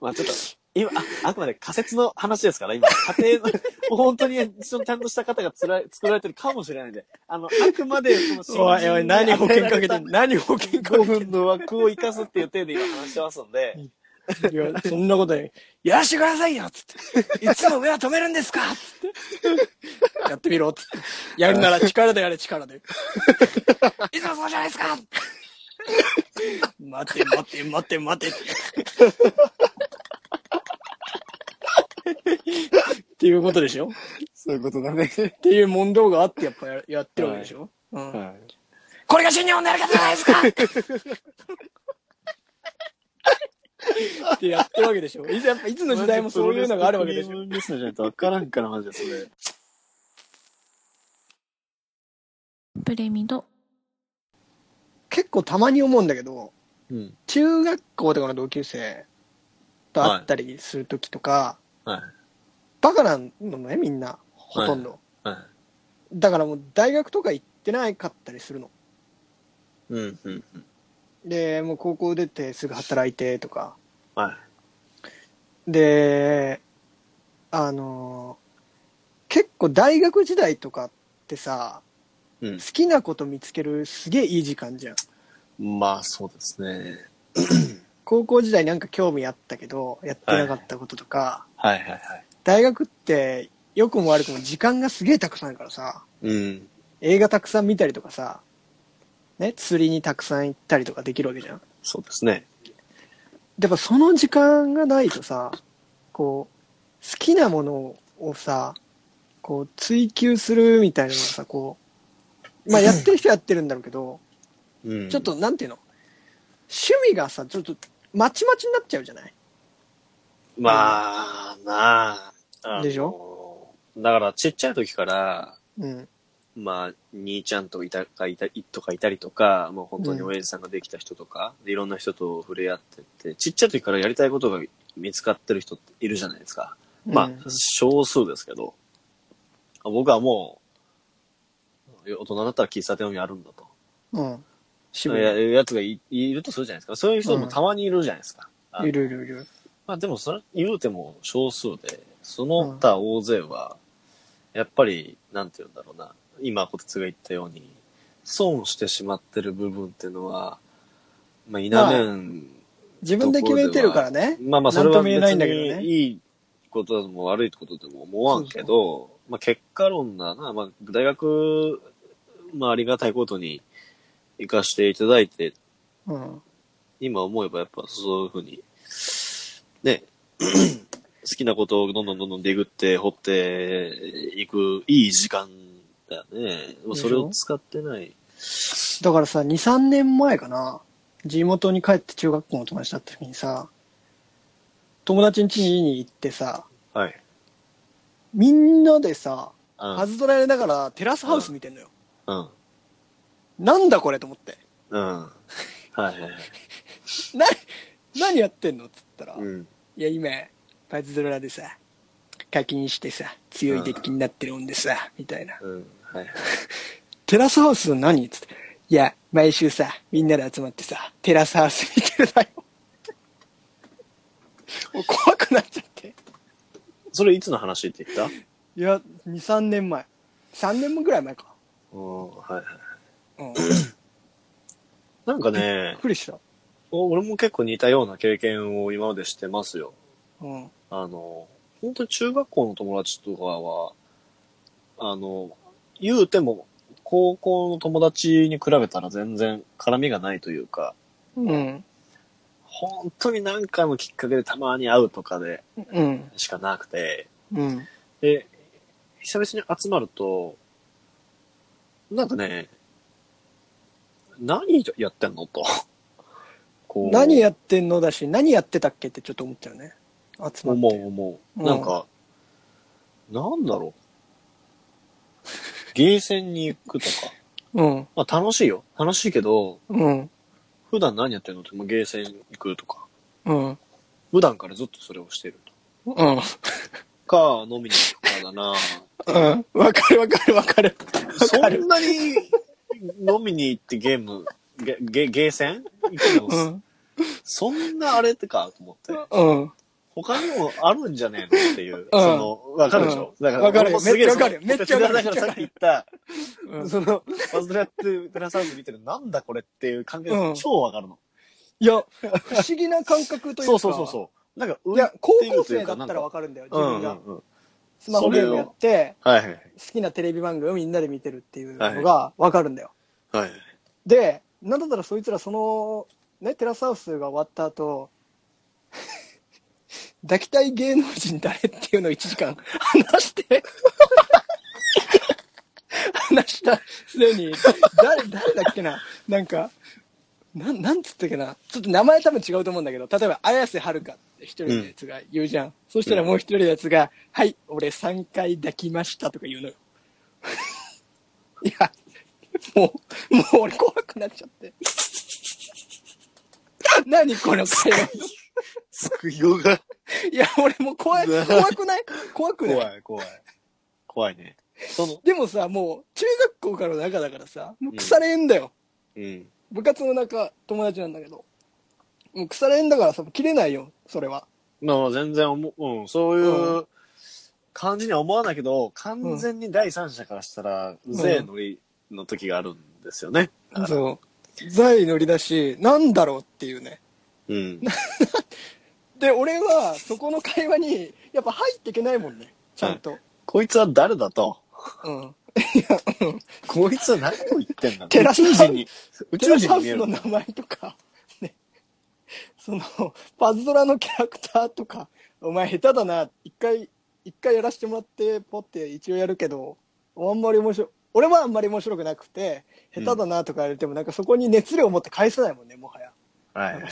Speaker 3: まあちょっと、今、あ、あくまで仮説の話ですから、今、家庭の、 本当にちゃんとした方がつら作られてるかもしれないんで、あの、あくまで、その新人に
Speaker 2: おいおい、何保険かけてん
Speaker 3: 与
Speaker 2: の何保険か
Speaker 3: えられた5
Speaker 2: け
Speaker 3: 分の枠を生かすっていう体で今話してますんで、
Speaker 2: てんのい やそんなことない。やらしてくださいよつ って。いつも上は止めるん ですかつって。やってみろつって。やるなら力でやれ、力 で。いつもそうじゃないですか待て待て待て待てって。っていうことでしょ
Speaker 3: そういうことだね。
Speaker 2: っていう問答があってやっぱややってるわけでしょ、うん、これが新日本のやり方じゃないですかってやってるわけでしょいつやっぱいつの時代もそういうのがあるわけでし
Speaker 3: プ
Speaker 2: ょ
Speaker 3: レミアムリスナーじゃないとわからんから、マジでそれ。
Speaker 1: プレミド
Speaker 2: 結構たまに思うんだけど
Speaker 3: うん。
Speaker 2: 中学校とかの同級生と会ったりする時とか、
Speaker 3: はい。
Speaker 2: バカなのねみんなほとんど、
Speaker 3: はい。
Speaker 2: だからもう大学とか行ってないかったりするの
Speaker 3: うん、うん、うん。
Speaker 2: でもう高校出てすぐ働いてとか
Speaker 3: はい。
Speaker 2: であの結構大学時代とかってさ
Speaker 3: う
Speaker 2: 好きなこと見つけるすげえいい時間じゃん
Speaker 3: ん。まあ、そうですね。
Speaker 2: 高校時代なんか興味あったけどやってなかったこととか、
Speaker 3: はい、はい、はい。
Speaker 2: 大学って良くも悪くも時間がすげえたくさんあるからさ
Speaker 3: うん。
Speaker 2: 映画たくさん見たりとかさね釣りにたくさん行ったりとかできるわけじゃん
Speaker 3: そうですね。
Speaker 2: やっぱその時間がないとさこう好きなものをさこう追求するみたいなのがさこうまあやってる人はやってるんだろうけど
Speaker 3: うん
Speaker 2: ちょっとなんていうの趣味がさちょっとまちまちになっちゃうじゃない
Speaker 3: まあ、なああの。
Speaker 2: でし
Speaker 3: だから、ちっちゃい時から、
Speaker 2: うん
Speaker 3: まあ、兄ちゃんといたかいた、いとかいたりとか、もう本当におやじさんができた人とか、でいろんな人と触れ合ってって、ちっちゃい時からやりたいことが見つかってる人っているじゃないですか。まあ、
Speaker 2: うん
Speaker 3: 少数ですけど、僕はもう、大人だったら喫茶店をやるんだと。
Speaker 2: うん
Speaker 3: や
Speaker 2: 趣味
Speaker 3: るやつがいいるとするじゃないですか。そういう人もたまにいるじゃないですか。あの
Speaker 2: いるいるいる
Speaker 3: まあでもそれ言うても少数で、その他大勢は、やっぱり、なんて言うんだろうな、今こてつが言ったように、損してしまってる部分っていうのは、まあ否めん、
Speaker 2: 自分で決めてるからね
Speaker 3: まあまあそれ
Speaker 2: な
Speaker 3: は
Speaker 2: んとも
Speaker 3: 別
Speaker 2: 言えないんだけど
Speaker 3: に
Speaker 2: ね
Speaker 3: いいことでも悪いことでも思わんけど、まあ結果論だな、まあ大学、まあありがたいことに行かしていただいて
Speaker 2: うん
Speaker 3: 今思えばやっぱそういうふうに、ね、 好きなことをどんどんどんどんデグって掘っていくいい時間だよね。
Speaker 2: ょ
Speaker 3: それを使ってない。
Speaker 2: だからさ23年前かな地元に帰って中学校の友達だった時にさ友達ん家に行ってさ
Speaker 3: はい。
Speaker 2: みんなでさ
Speaker 3: うん。
Speaker 2: パズドラやりながらテラスハウス見てんのよ、
Speaker 3: うん。
Speaker 2: なんだこれと思って
Speaker 3: うん。はいはいはい。
Speaker 2: な何やってんのっつったら、
Speaker 3: う
Speaker 2: い
Speaker 3: ん。
Speaker 2: や今パズドラでさ課金してさ強いデッキになってるんでさ、みたいな
Speaker 3: うん。はいはい。
Speaker 2: テラスハウスの何っつっていや毎週さみんなで集まってさテラスハウス見てるだよ もう怖くなっちゃって
Speaker 3: それいつの話って言った
Speaker 2: いや、2、3年前。3年もぐらい前か。
Speaker 3: うん。はいはい。
Speaker 2: うん。びっ
Speaker 3: なんかね、
Speaker 2: くりした。
Speaker 3: お俺も結構似たような経験を今までしてますよ。
Speaker 2: うん。
Speaker 3: あの、本当に中学校の友達とかは、あの、言うても、高校の友達に比べたら全然絡みがないというか、
Speaker 2: うん。
Speaker 3: 本当に何回もきっかけでたまに会うとかで
Speaker 2: うん。
Speaker 3: しかなくて、
Speaker 2: うん。
Speaker 3: で、久々に集まると、なんかね、何やってんのと。こう
Speaker 2: 何やってんのだし、何やってたっけってちょっと思っちゃうね。集まっ
Speaker 3: 思
Speaker 2: て。
Speaker 3: う思
Speaker 2: う
Speaker 3: う。
Speaker 2: ん
Speaker 3: なんか、なんだろう。ゲーセンに行くとか。
Speaker 2: うん。
Speaker 3: まあ楽しいよ。楽しいけど、
Speaker 2: うん。
Speaker 3: 普段何やってんのって、もうゲーセン行くとか。
Speaker 2: うん。
Speaker 3: 普段からずっとそれをしてると
Speaker 2: うん。
Speaker 3: か、飲みに行くか だな。
Speaker 2: うん。わかるわかるわかる。
Speaker 3: そ
Speaker 2: かる
Speaker 3: んなに飲みに行ってゲーム、ゲ、ゲゲーセン行くの、
Speaker 2: うん。
Speaker 3: そんなあれってかと思って。
Speaker 2: うん。
Speaker 3: 他にもあるんじゃねえのっていう。その、わかるでしょ、だから
Speaker 2: わかるよ
Speaker 3: 俺もすげえ
Speaker 2: めっちゃわかるよめっちゃ
Speaker 3: その
Speaker 2: わかる
Speaker 3: だからさっき言った、
Speaker 2: うん
Speaker 3: その、バズラってテラサウス見てる、なんだこれっていう感覚
Speaker 2: う
Speaker 3: が
Speaker 2: ん
Speaker 3: 超わかるの。
Speaker 2: いや、不思議な感覚というか。
Speaker 3: そうそうそうそう。なんか、
Speaker 2: いや、高校
Speaker 3: とい
Speaker 2: 生
Speaker 3: う
Speaker 2: だ
Speaker 3: か
Speaker 2: っ
Speaker 3: なん
Speaker 2: た
Speaker 3: から
Speaker 2: わかるんだよ、自
Speaker 3: うん
Speaker 2: 分
Speaker 3: う
Speaker 2: が
Speaker 3: ん。うん。
Speaker 2: スマホゲームやって、
Speaker 3: はいはい
Speaker 2: 好きなテレビ番組をみんなで見てるっていうのがわかるんだよ。
Speaker 3: はい。はい。
Speaker 2: で、なんだったらそいつらその、ね、テラスハウスが終わった後、 抱きたい芸能人誰っていうのを1時間 話して、話した末に、誰、誰だっけななんか、なん、なんつったっけなちょっと名前多分違うと思うんだけど、例えば、綾瀬はるかって一人のやつが言うじゃん。そしたらもう一人のやつが、はい、俺3回抱きましたとか言うのよ。いや、もう、もう俺怖くなっちゃって。何この会話。
Speaker 3: つくようが。
Speaker 2: いや、俺もう怖い、
Speaker 3: うわ
Speaker 2: 怖くない怖くない
Speaker 3: 怖い、怖い。怖いね。その、
Speaker 2: でもさ、もう、中学校からの中だからさ、もう腐れ縁だよ。
Speaker 3: うん。
Speaker 2: 部活の中、友達なんだけど。もう腐れ縁だからさ、もう切れないよ、それは。
Speaker 3: まあまあ全然思う、うん、そういう感じには思わないけど、完全に第三者からしたら、うぜえノリの時があるんですよね。だから
Speaker 2: そう。在乗りだし、なんだろうっていうね。
Speaker 3: うん。
Speaker 2: で、俺は、そこの会話に、やっぱ入っていけないもんね。ちゃんと。
Speaker 3: こいつは誰だと。
Speaker 2: うん。
Speaker 3: こいつは何を言ってんだ
Speaker 2: テラ
Speaker 3: 宇宙人に、宇
Speaker 2: テラ
Speaker 3: 宙
Speaker 2: スハ
Speaker 3: 人
Speaker 2: ウ
Speaker 3: に見え
Speaker 2: スの。
Speaker 3: る
Speaker 2: 名前とか、ね、その、パズドラのキャラクターとか、お前下手だな、一回、一回やらせてもらって、ポって一応やるけど、あんまり面白い、俺はあんまり面白くなくて、下手だなとか言われても、なんかそこに熱量を持って返せないもんね、もはや。
Speaker 3: はい。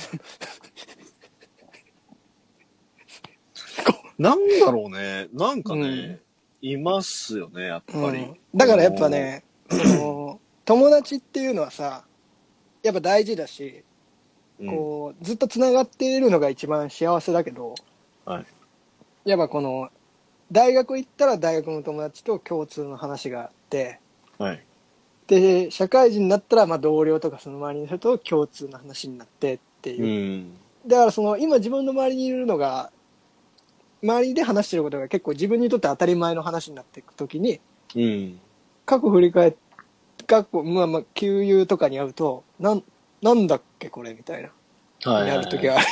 Speaker 3: なんだろうね。なんかね、いますよね、やっぱり。
Speaker 2: だからやっぱね、その、友達っていうのはさ、やっぱ大事だし、
Speaker 3: うん、
Speaker 2: こう、ずっと繋がっているのが一番幸せだけど、
Speaker 3: はい。
Speaker 2: やっぱこの大学行ったら大学の友達と共通の話があって
Speaker 3: はい。
Speaker 2: で社会人になったらまあ同僚とかその周りの人と共通の話になってって
Speaker 3: う
Speaker 2: いう、
Speaker 3: ん。
Speaker 2: だからその今自分の周りにいるのが周りで話してることが結構自分にとって当たり前の話になっていく時に
Speaker 3: うん。
Speaker 2: 過去振り返って過去まあまあ給油とかに会うとなんなんだっけこれみたいな、
Speaker 3: はい。
Speaker 2: やる時はある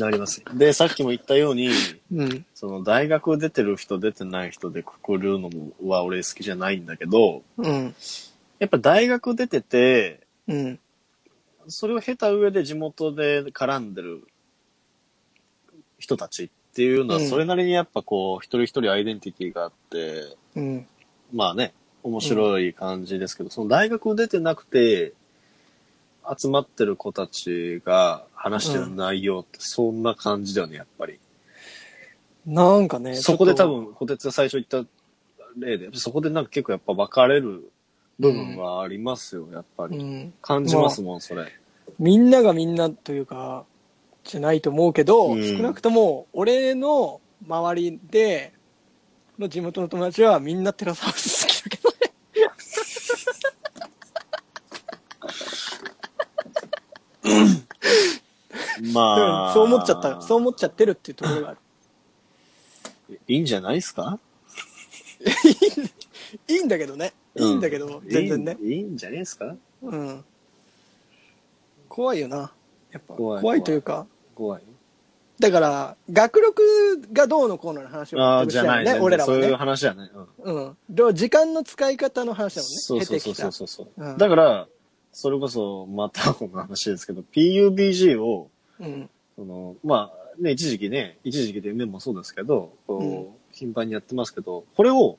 Speaker 3: なります。で、さっきも言ったように、
Speaker 2: うん
Speaker 3: その大学出てる人出てない人でくくるのは俺好きじゃないんだけど、
Speaker 2: うん
Speaker 3: やっぱ大学出てて、
Speaker 2: うん
Speaker 3: それを経た上で地元で絡んでる人たちっていうのは、
Speaker 2: うん
Speaker 3: それなりにやっぱこう、一人一人アイデンティティがあって、
Speaker 2: うん
Speaker 3: まあね、面白い感じですけど、その大学出てなくて、集まってる子たちが話してる内容ってそんな感じだよね、やっぱり。
Speaker 2: なんかね
Speaker 3: そこで
Speaker 2: ちょ
Speaker 3: 多
Speaker 2: っと
Speaker 3: 分、小鉄が最初言った例で、そこでなんか結構やっぱ分かれる部分はありますよ、やっぱり。
Speaker 2: うん
Speaker 3: 感じますも ん、それ。
Speaker 2: みんながみんなというか、じゃないと思うけど、
Speaker 3: うん
Speaker 2: 少なくとも、俺の周りで、の地元の友達はみんなテラスハウス好きだけどね。
Speaker 3: ま
Speaker 2: うん
Speaker 3: あ。
Speaker 2: そう思っちゃった、そう思っちゃってるっていうところがある。
Speaker 3: いいんじゃないですか
Speaker 2: いいんだけどね。いいんだけど、
Speaker 3: う
Speaker 2: 全然ね。
Speaker 3: いいいいんじゃないですか
Speaker 2: うん。怖いよな。やっぱ
Speaker 3: 怖い
Speaker 2: 怖いというか、
Speaker 3: 怖い。
Speaker 2: だから、学力がどうのこうのの話を
Speaker 3: ああ、
Speaker 2: 全くし
Speaker 3: じゃ
Speaker 2: な
Speaker 3: ないい
Speaker 2: よ
Speaker 3: ね。
Speaker 2: ね、俺らは
Speaker 3: そういう
Speaker 2: ね。
Speaker 3: 話じゃない。うん。
Speaker 2: うん。でも時間の使い方の話だもんね。
Speaker 3: そうそうそう
Speaker 2: 経てきた
Speaker 3: そうそう。
Speaker 2: うん
Speaker 3: だから、それこそ、またこの話ですけど、PUBG を、
Speaker 2: うん。
Speaker 3: その、まあ、ね、一時期ね、一時期で夢もそうですけど、こう、
Speaker 2: うん
Speaker 3: 頻繁にやってますけど、これを、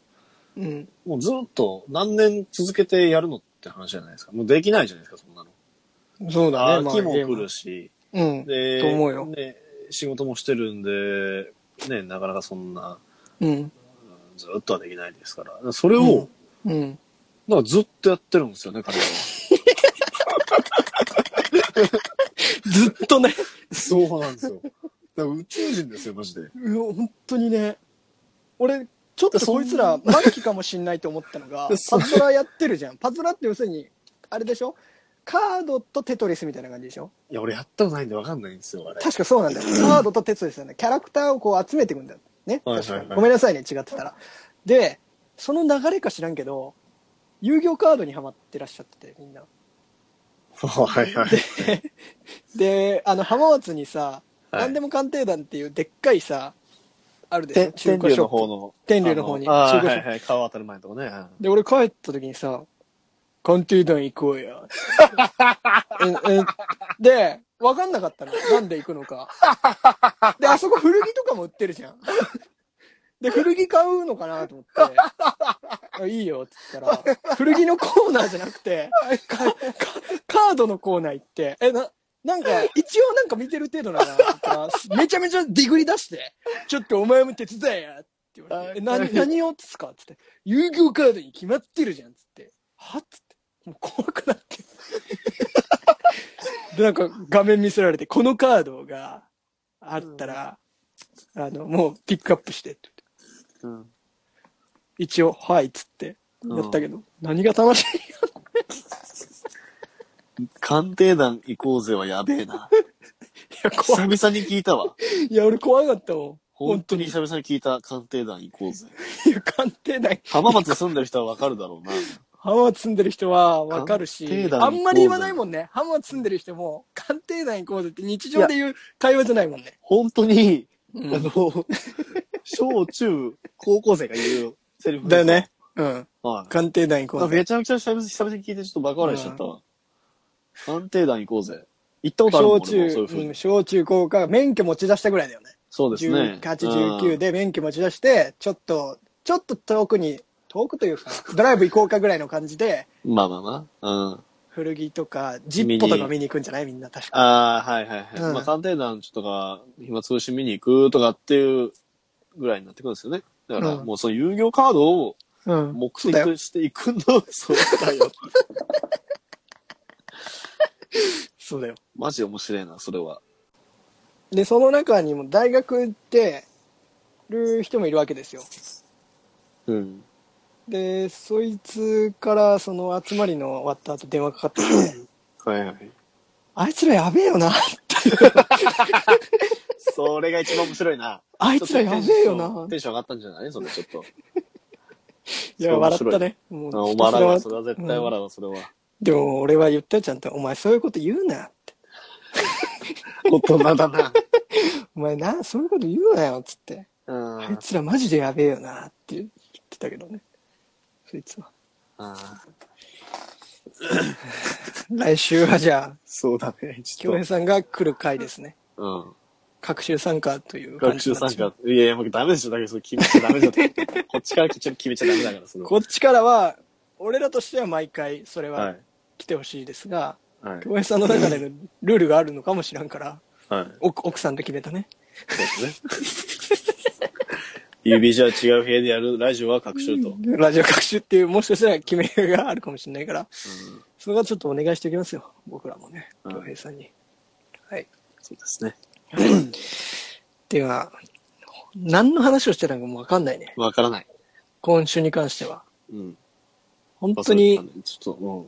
Speaker 2: うん。
Speaker 3: もうずっと何年続けてやるのって話じゃないですか。もうできないじゃないですか、そんなの。
Speaker 2: そうだね、まあ
Speaker 3: 秋も
Speaker 2: ゲー
Speaker 3: 来
Speaker 2: ム
Speaker 3: るし、
Speaker 2: うん。
Speaker 3: で、
Speaker 2: と思うよ
Speaker 3: ね、仕事もしてるんで、ね、なかなかそんな、
Speaker 2: うん。
Speaker 3: うんずっとはできないですから。それを、
Speaker 2: うんうん。
Speaker 3: なんかずっとやってるんですよね、彼は。
Speaker 2: ずっとね、
Speaker 3: そうなんですよ。だから宇宙人ですよ、マジで。
Speaker 2: うわ本当にね。俺、ちょっとこいつら末期かもしんないと思ったのが、
Speaker 3: そ
Speaker 2: パ
Speaker 3: ん
Speaker 2: ズドラやってるじゃん。パズドラって要するに、あれでしょカードとテトリスみたいな感じでしょ
Speaker 3: いや、俺やったことないんでわかんないんですよ、あれ。
Speaker 2: 確かそうなんだよ。 カードとテトリスなんだよキャラクターをこう集めていくんだよ。ね。
Speaker 3: はいはいはい
Speaker 2: 確かにごめんなさいね、違ってたら。で、その流れか知らんけど、遊戯王カードにハマってらっしゃってて、みんな。
Speaker 3: はいはい。
Speaker 2: で、あの、浜松にさ、
Speaker 3: はい
Speaker 2: 何でも鑑定団っていうでっかいさ、あるでしょ
Speaker 3: 天
Speaker 2: 中
Speaker 3: 天
Speaker 2: 古
Speaker 3: 竜
Speaker 2: ショ
Speaker 3: の
Speaker 2: ップ
Speaker 3: 方の。
Speaker 2: 天竜の方に
Speaker 3: ああ
Speaker 2: 中古
Speaker 3: は
Speaker 2: 車
Speaker 3: いはい。川渡る前のとこね。
Speaker 2: で、俺帰った時にさ、鑑定団行こう や。ええで、わかんなかったの。なんで行くのか。で、あそこ古着とかも売ってるじゃん。で、古着買うのかなと思ってあ、いいよって言ったら、古着のコーナーじゃなくて、かかカードのコーナー行って、え、な、なんか、一応なんか見てる程度ならって言ったら、めちゃめちゃディグリ出して、ちょっとお前も手伝えやって言われて、え、な、何をっすかってって、遊戯王カードに決まってるじゃんっつって、はっつって、もう怖くなって。 で、なんか画面見せられて、このカードがあったら、あの、もうピックアップしてって言って
Speaker 3: うん。
Speaker 2: 一応、はいっつって、やったけど、何が楽しい
Speaker 3: 鑑定団行こうぜはやべえ な。
Speaker 2: いや、
Speaker 3: 久
Speaker 2: 怖い。
Speaker 3: 々に聞い たわ。
Speaker 2: いや、俺怖かったもん。
Speaker 3: 本
Speaker 2: 本
Speaker 3: 当
Speaker 2: 当
Speaker 3: に
Speaker 2: に。
Speaker 3: 久々に聞いた鑑定団行こうぜ。
Speaker 2: いや、鑑定団、
Speaker 3: 浜松住んでる人はわかるだろうな。
Speaker 2: 浜松住んでる人はわかる
Speaker 3: 鑑
Speaker 2: し
Speaker 3: 定、団
Speaker 2: あ
Speaker 3: 行こうぜ
Speaker 2: んまり言わないもんね。浜松住んでる人も、鑑定団行こうぜって日常で言う会話じゃないもんね。
Speaker 3: 本当に、
Speaker 2: う
Speaker 3: あ
Speaker 2: ん。
Speaker 3: の、小中高校生が言うセリフです
Speaker 2: だよね。。うん。
Speaker 3: はい。
Speaker 2: 鑑定団行こうぜ。
Speaker 3: めちゃくちゃ久々久々に聞いてちょっとバカ笑いしちゃったわ。鑑定団行こうぜ。行ったことあるも
Speaker 2: 小
Speaker 3: ん俺もそ
Speaker 2: 中
Speaker 3: ういう、ふう
Speaker 2: うん
Speaker 3: に。
Speaker 2: 小中高か、免許持ち出したぐらいだよね。
Speaker 3: そうですね
Speaker 2: 18、。19で免許持ち出して、ちょっと、ちょっと遠くに、遠くというか、ドライブ行こうかぐらいの感じで、
Speaker 3: うん。まあまあまあ。うん。
Speaker 2: 古着とか、ジッポとか見に行くんじゃないみんな確か。
Speaker 3: ああ、はいはいはい。
Speaker 2: うん
Speaker 3: まあ、鑑定団ちょっとか、暇つぶし見に行くとかっていうぐらいになってくるんですよね。だから、
Speaker 2: うん
Speaker 3: もうその遊戯王カードを
Speaker 2: うん。
Speaker 3: 目
Speaker 2: そうだ
Speaker 3: 的
Speaker 2: よ
Speaker 3: としていくの、そうだ よ。
Speaker 2: そうだよ。
Speaker 3: マジ面白いな、それは。
Speaker 2: で、その中にも大学って、る人もいるわけですよ。
Speaker 3: うん。
Speaker 2: で、そいつからその集まりの終わった後電話かかってきて、
Speaker 3: はいはい。
Speaker 2: あいつらやべえよな。
Speaker 3: それが一番面白いな。
Speaker 2: あいつらやべえよ
Speaker 3: ちょっと
Speaker 2: な。
Speaker 3: テンションテンション上がったんじゃないそれちょっと。
Speaker 2: いや、笑ったね。も
Speaker 3: あお
Speaker 2: ひたすら
Speaker 3: 笑うわ、それは絶対笑うわ、それは。
Speaker 2: でも俺は言ったよ、ちゃんと。お前そういうこと言うなって。
Speaker 3: 大人だな。
Speaker 2: お前な、そういうこと言うなよ、つって。
Speaker 3: うん。
Speaker 2: あいつらマジでやべえよなって言ってたけどね。そいつは。
Speaker 3: あー
Speaker 2: 来週はじゃあ、
Speaker 3: そうだね、ち
Speaker 2: 京
Speaker 3: ょ
Speaker 2: 平
Speaker 3: っ
Speaker 2: さんが来る回ですね。
Speaker 3: と。うん。
Speaker 2: 学習参加という感
Speaker 3: 学
Speaker 2: じ
Speaker 3: 習
Speaker 2: になっ
Speaker 3: 参
Speaker 2: ちゃう
Speaker 3: 加。いやいや、もうダメでしょ。だけど、それ決めちゃダメ じゃん。こっちから決めちゃダメだから、それは。
Speaker 2: こっちからは、俺らとしては毎回それ
Speaker 3: は。
Speaker 2: はい来てほしいですが、
Speaker 3: はい
Speaker 2: 京。平さんの中でのルールがあるのかもしらんから、
Speaker 3: はい。
Speaker 2: 奥奥さんで決めたね。
Speaker 3: そうですね。UBG は違う部屋でやるラジオは隠しると。
Speaker 2: ラジオ学習っていう、もしかしたら決めがあるかもしれないから、それはちょっとお願いしておきますよ。僕らもね、
Speaker 3: うん
Speaker 2: 京平さんに。はい。
Speaker 3: そうですね。
Speaker 2: では、何の話をしてたのかもうわかんないね。
Speaker 3: わからない。
Speaker 2: 今週に関しては。
Speaker 3: うん。
Speaker 2: 本当に、
Speaker 3: ちょっと、うん。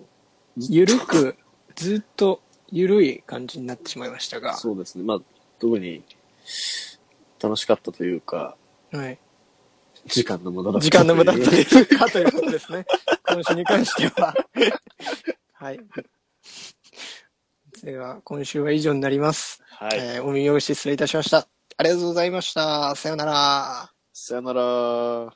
Speaker 2: ゆるく、ずっとゆるい感じになってしまいましたが、
Speaker 3: そうですね。まあ、特に、楽しかったというか、
Speaker 2: はい、
Speaker 3: 時間の無駄だった。
Speaker 2: 時間の無駄だったというかということです ね。今週に関しては。はい。では、今週は以上になります。
Speaker 3: はい。
Speaker 2: えーお見汚し失礼いたしました。ありがとうございました。さようなら。
Speaker 3: さよなら。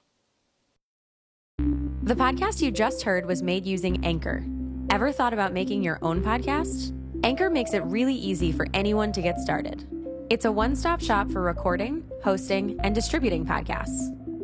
Speaker 5: The podcast you just heard was made using Anchor. Ever thought about making your own podcast? Anchor makes it really easy for anyone to get started. It's a one stop shop for recording, hosting, and distributing podcasts.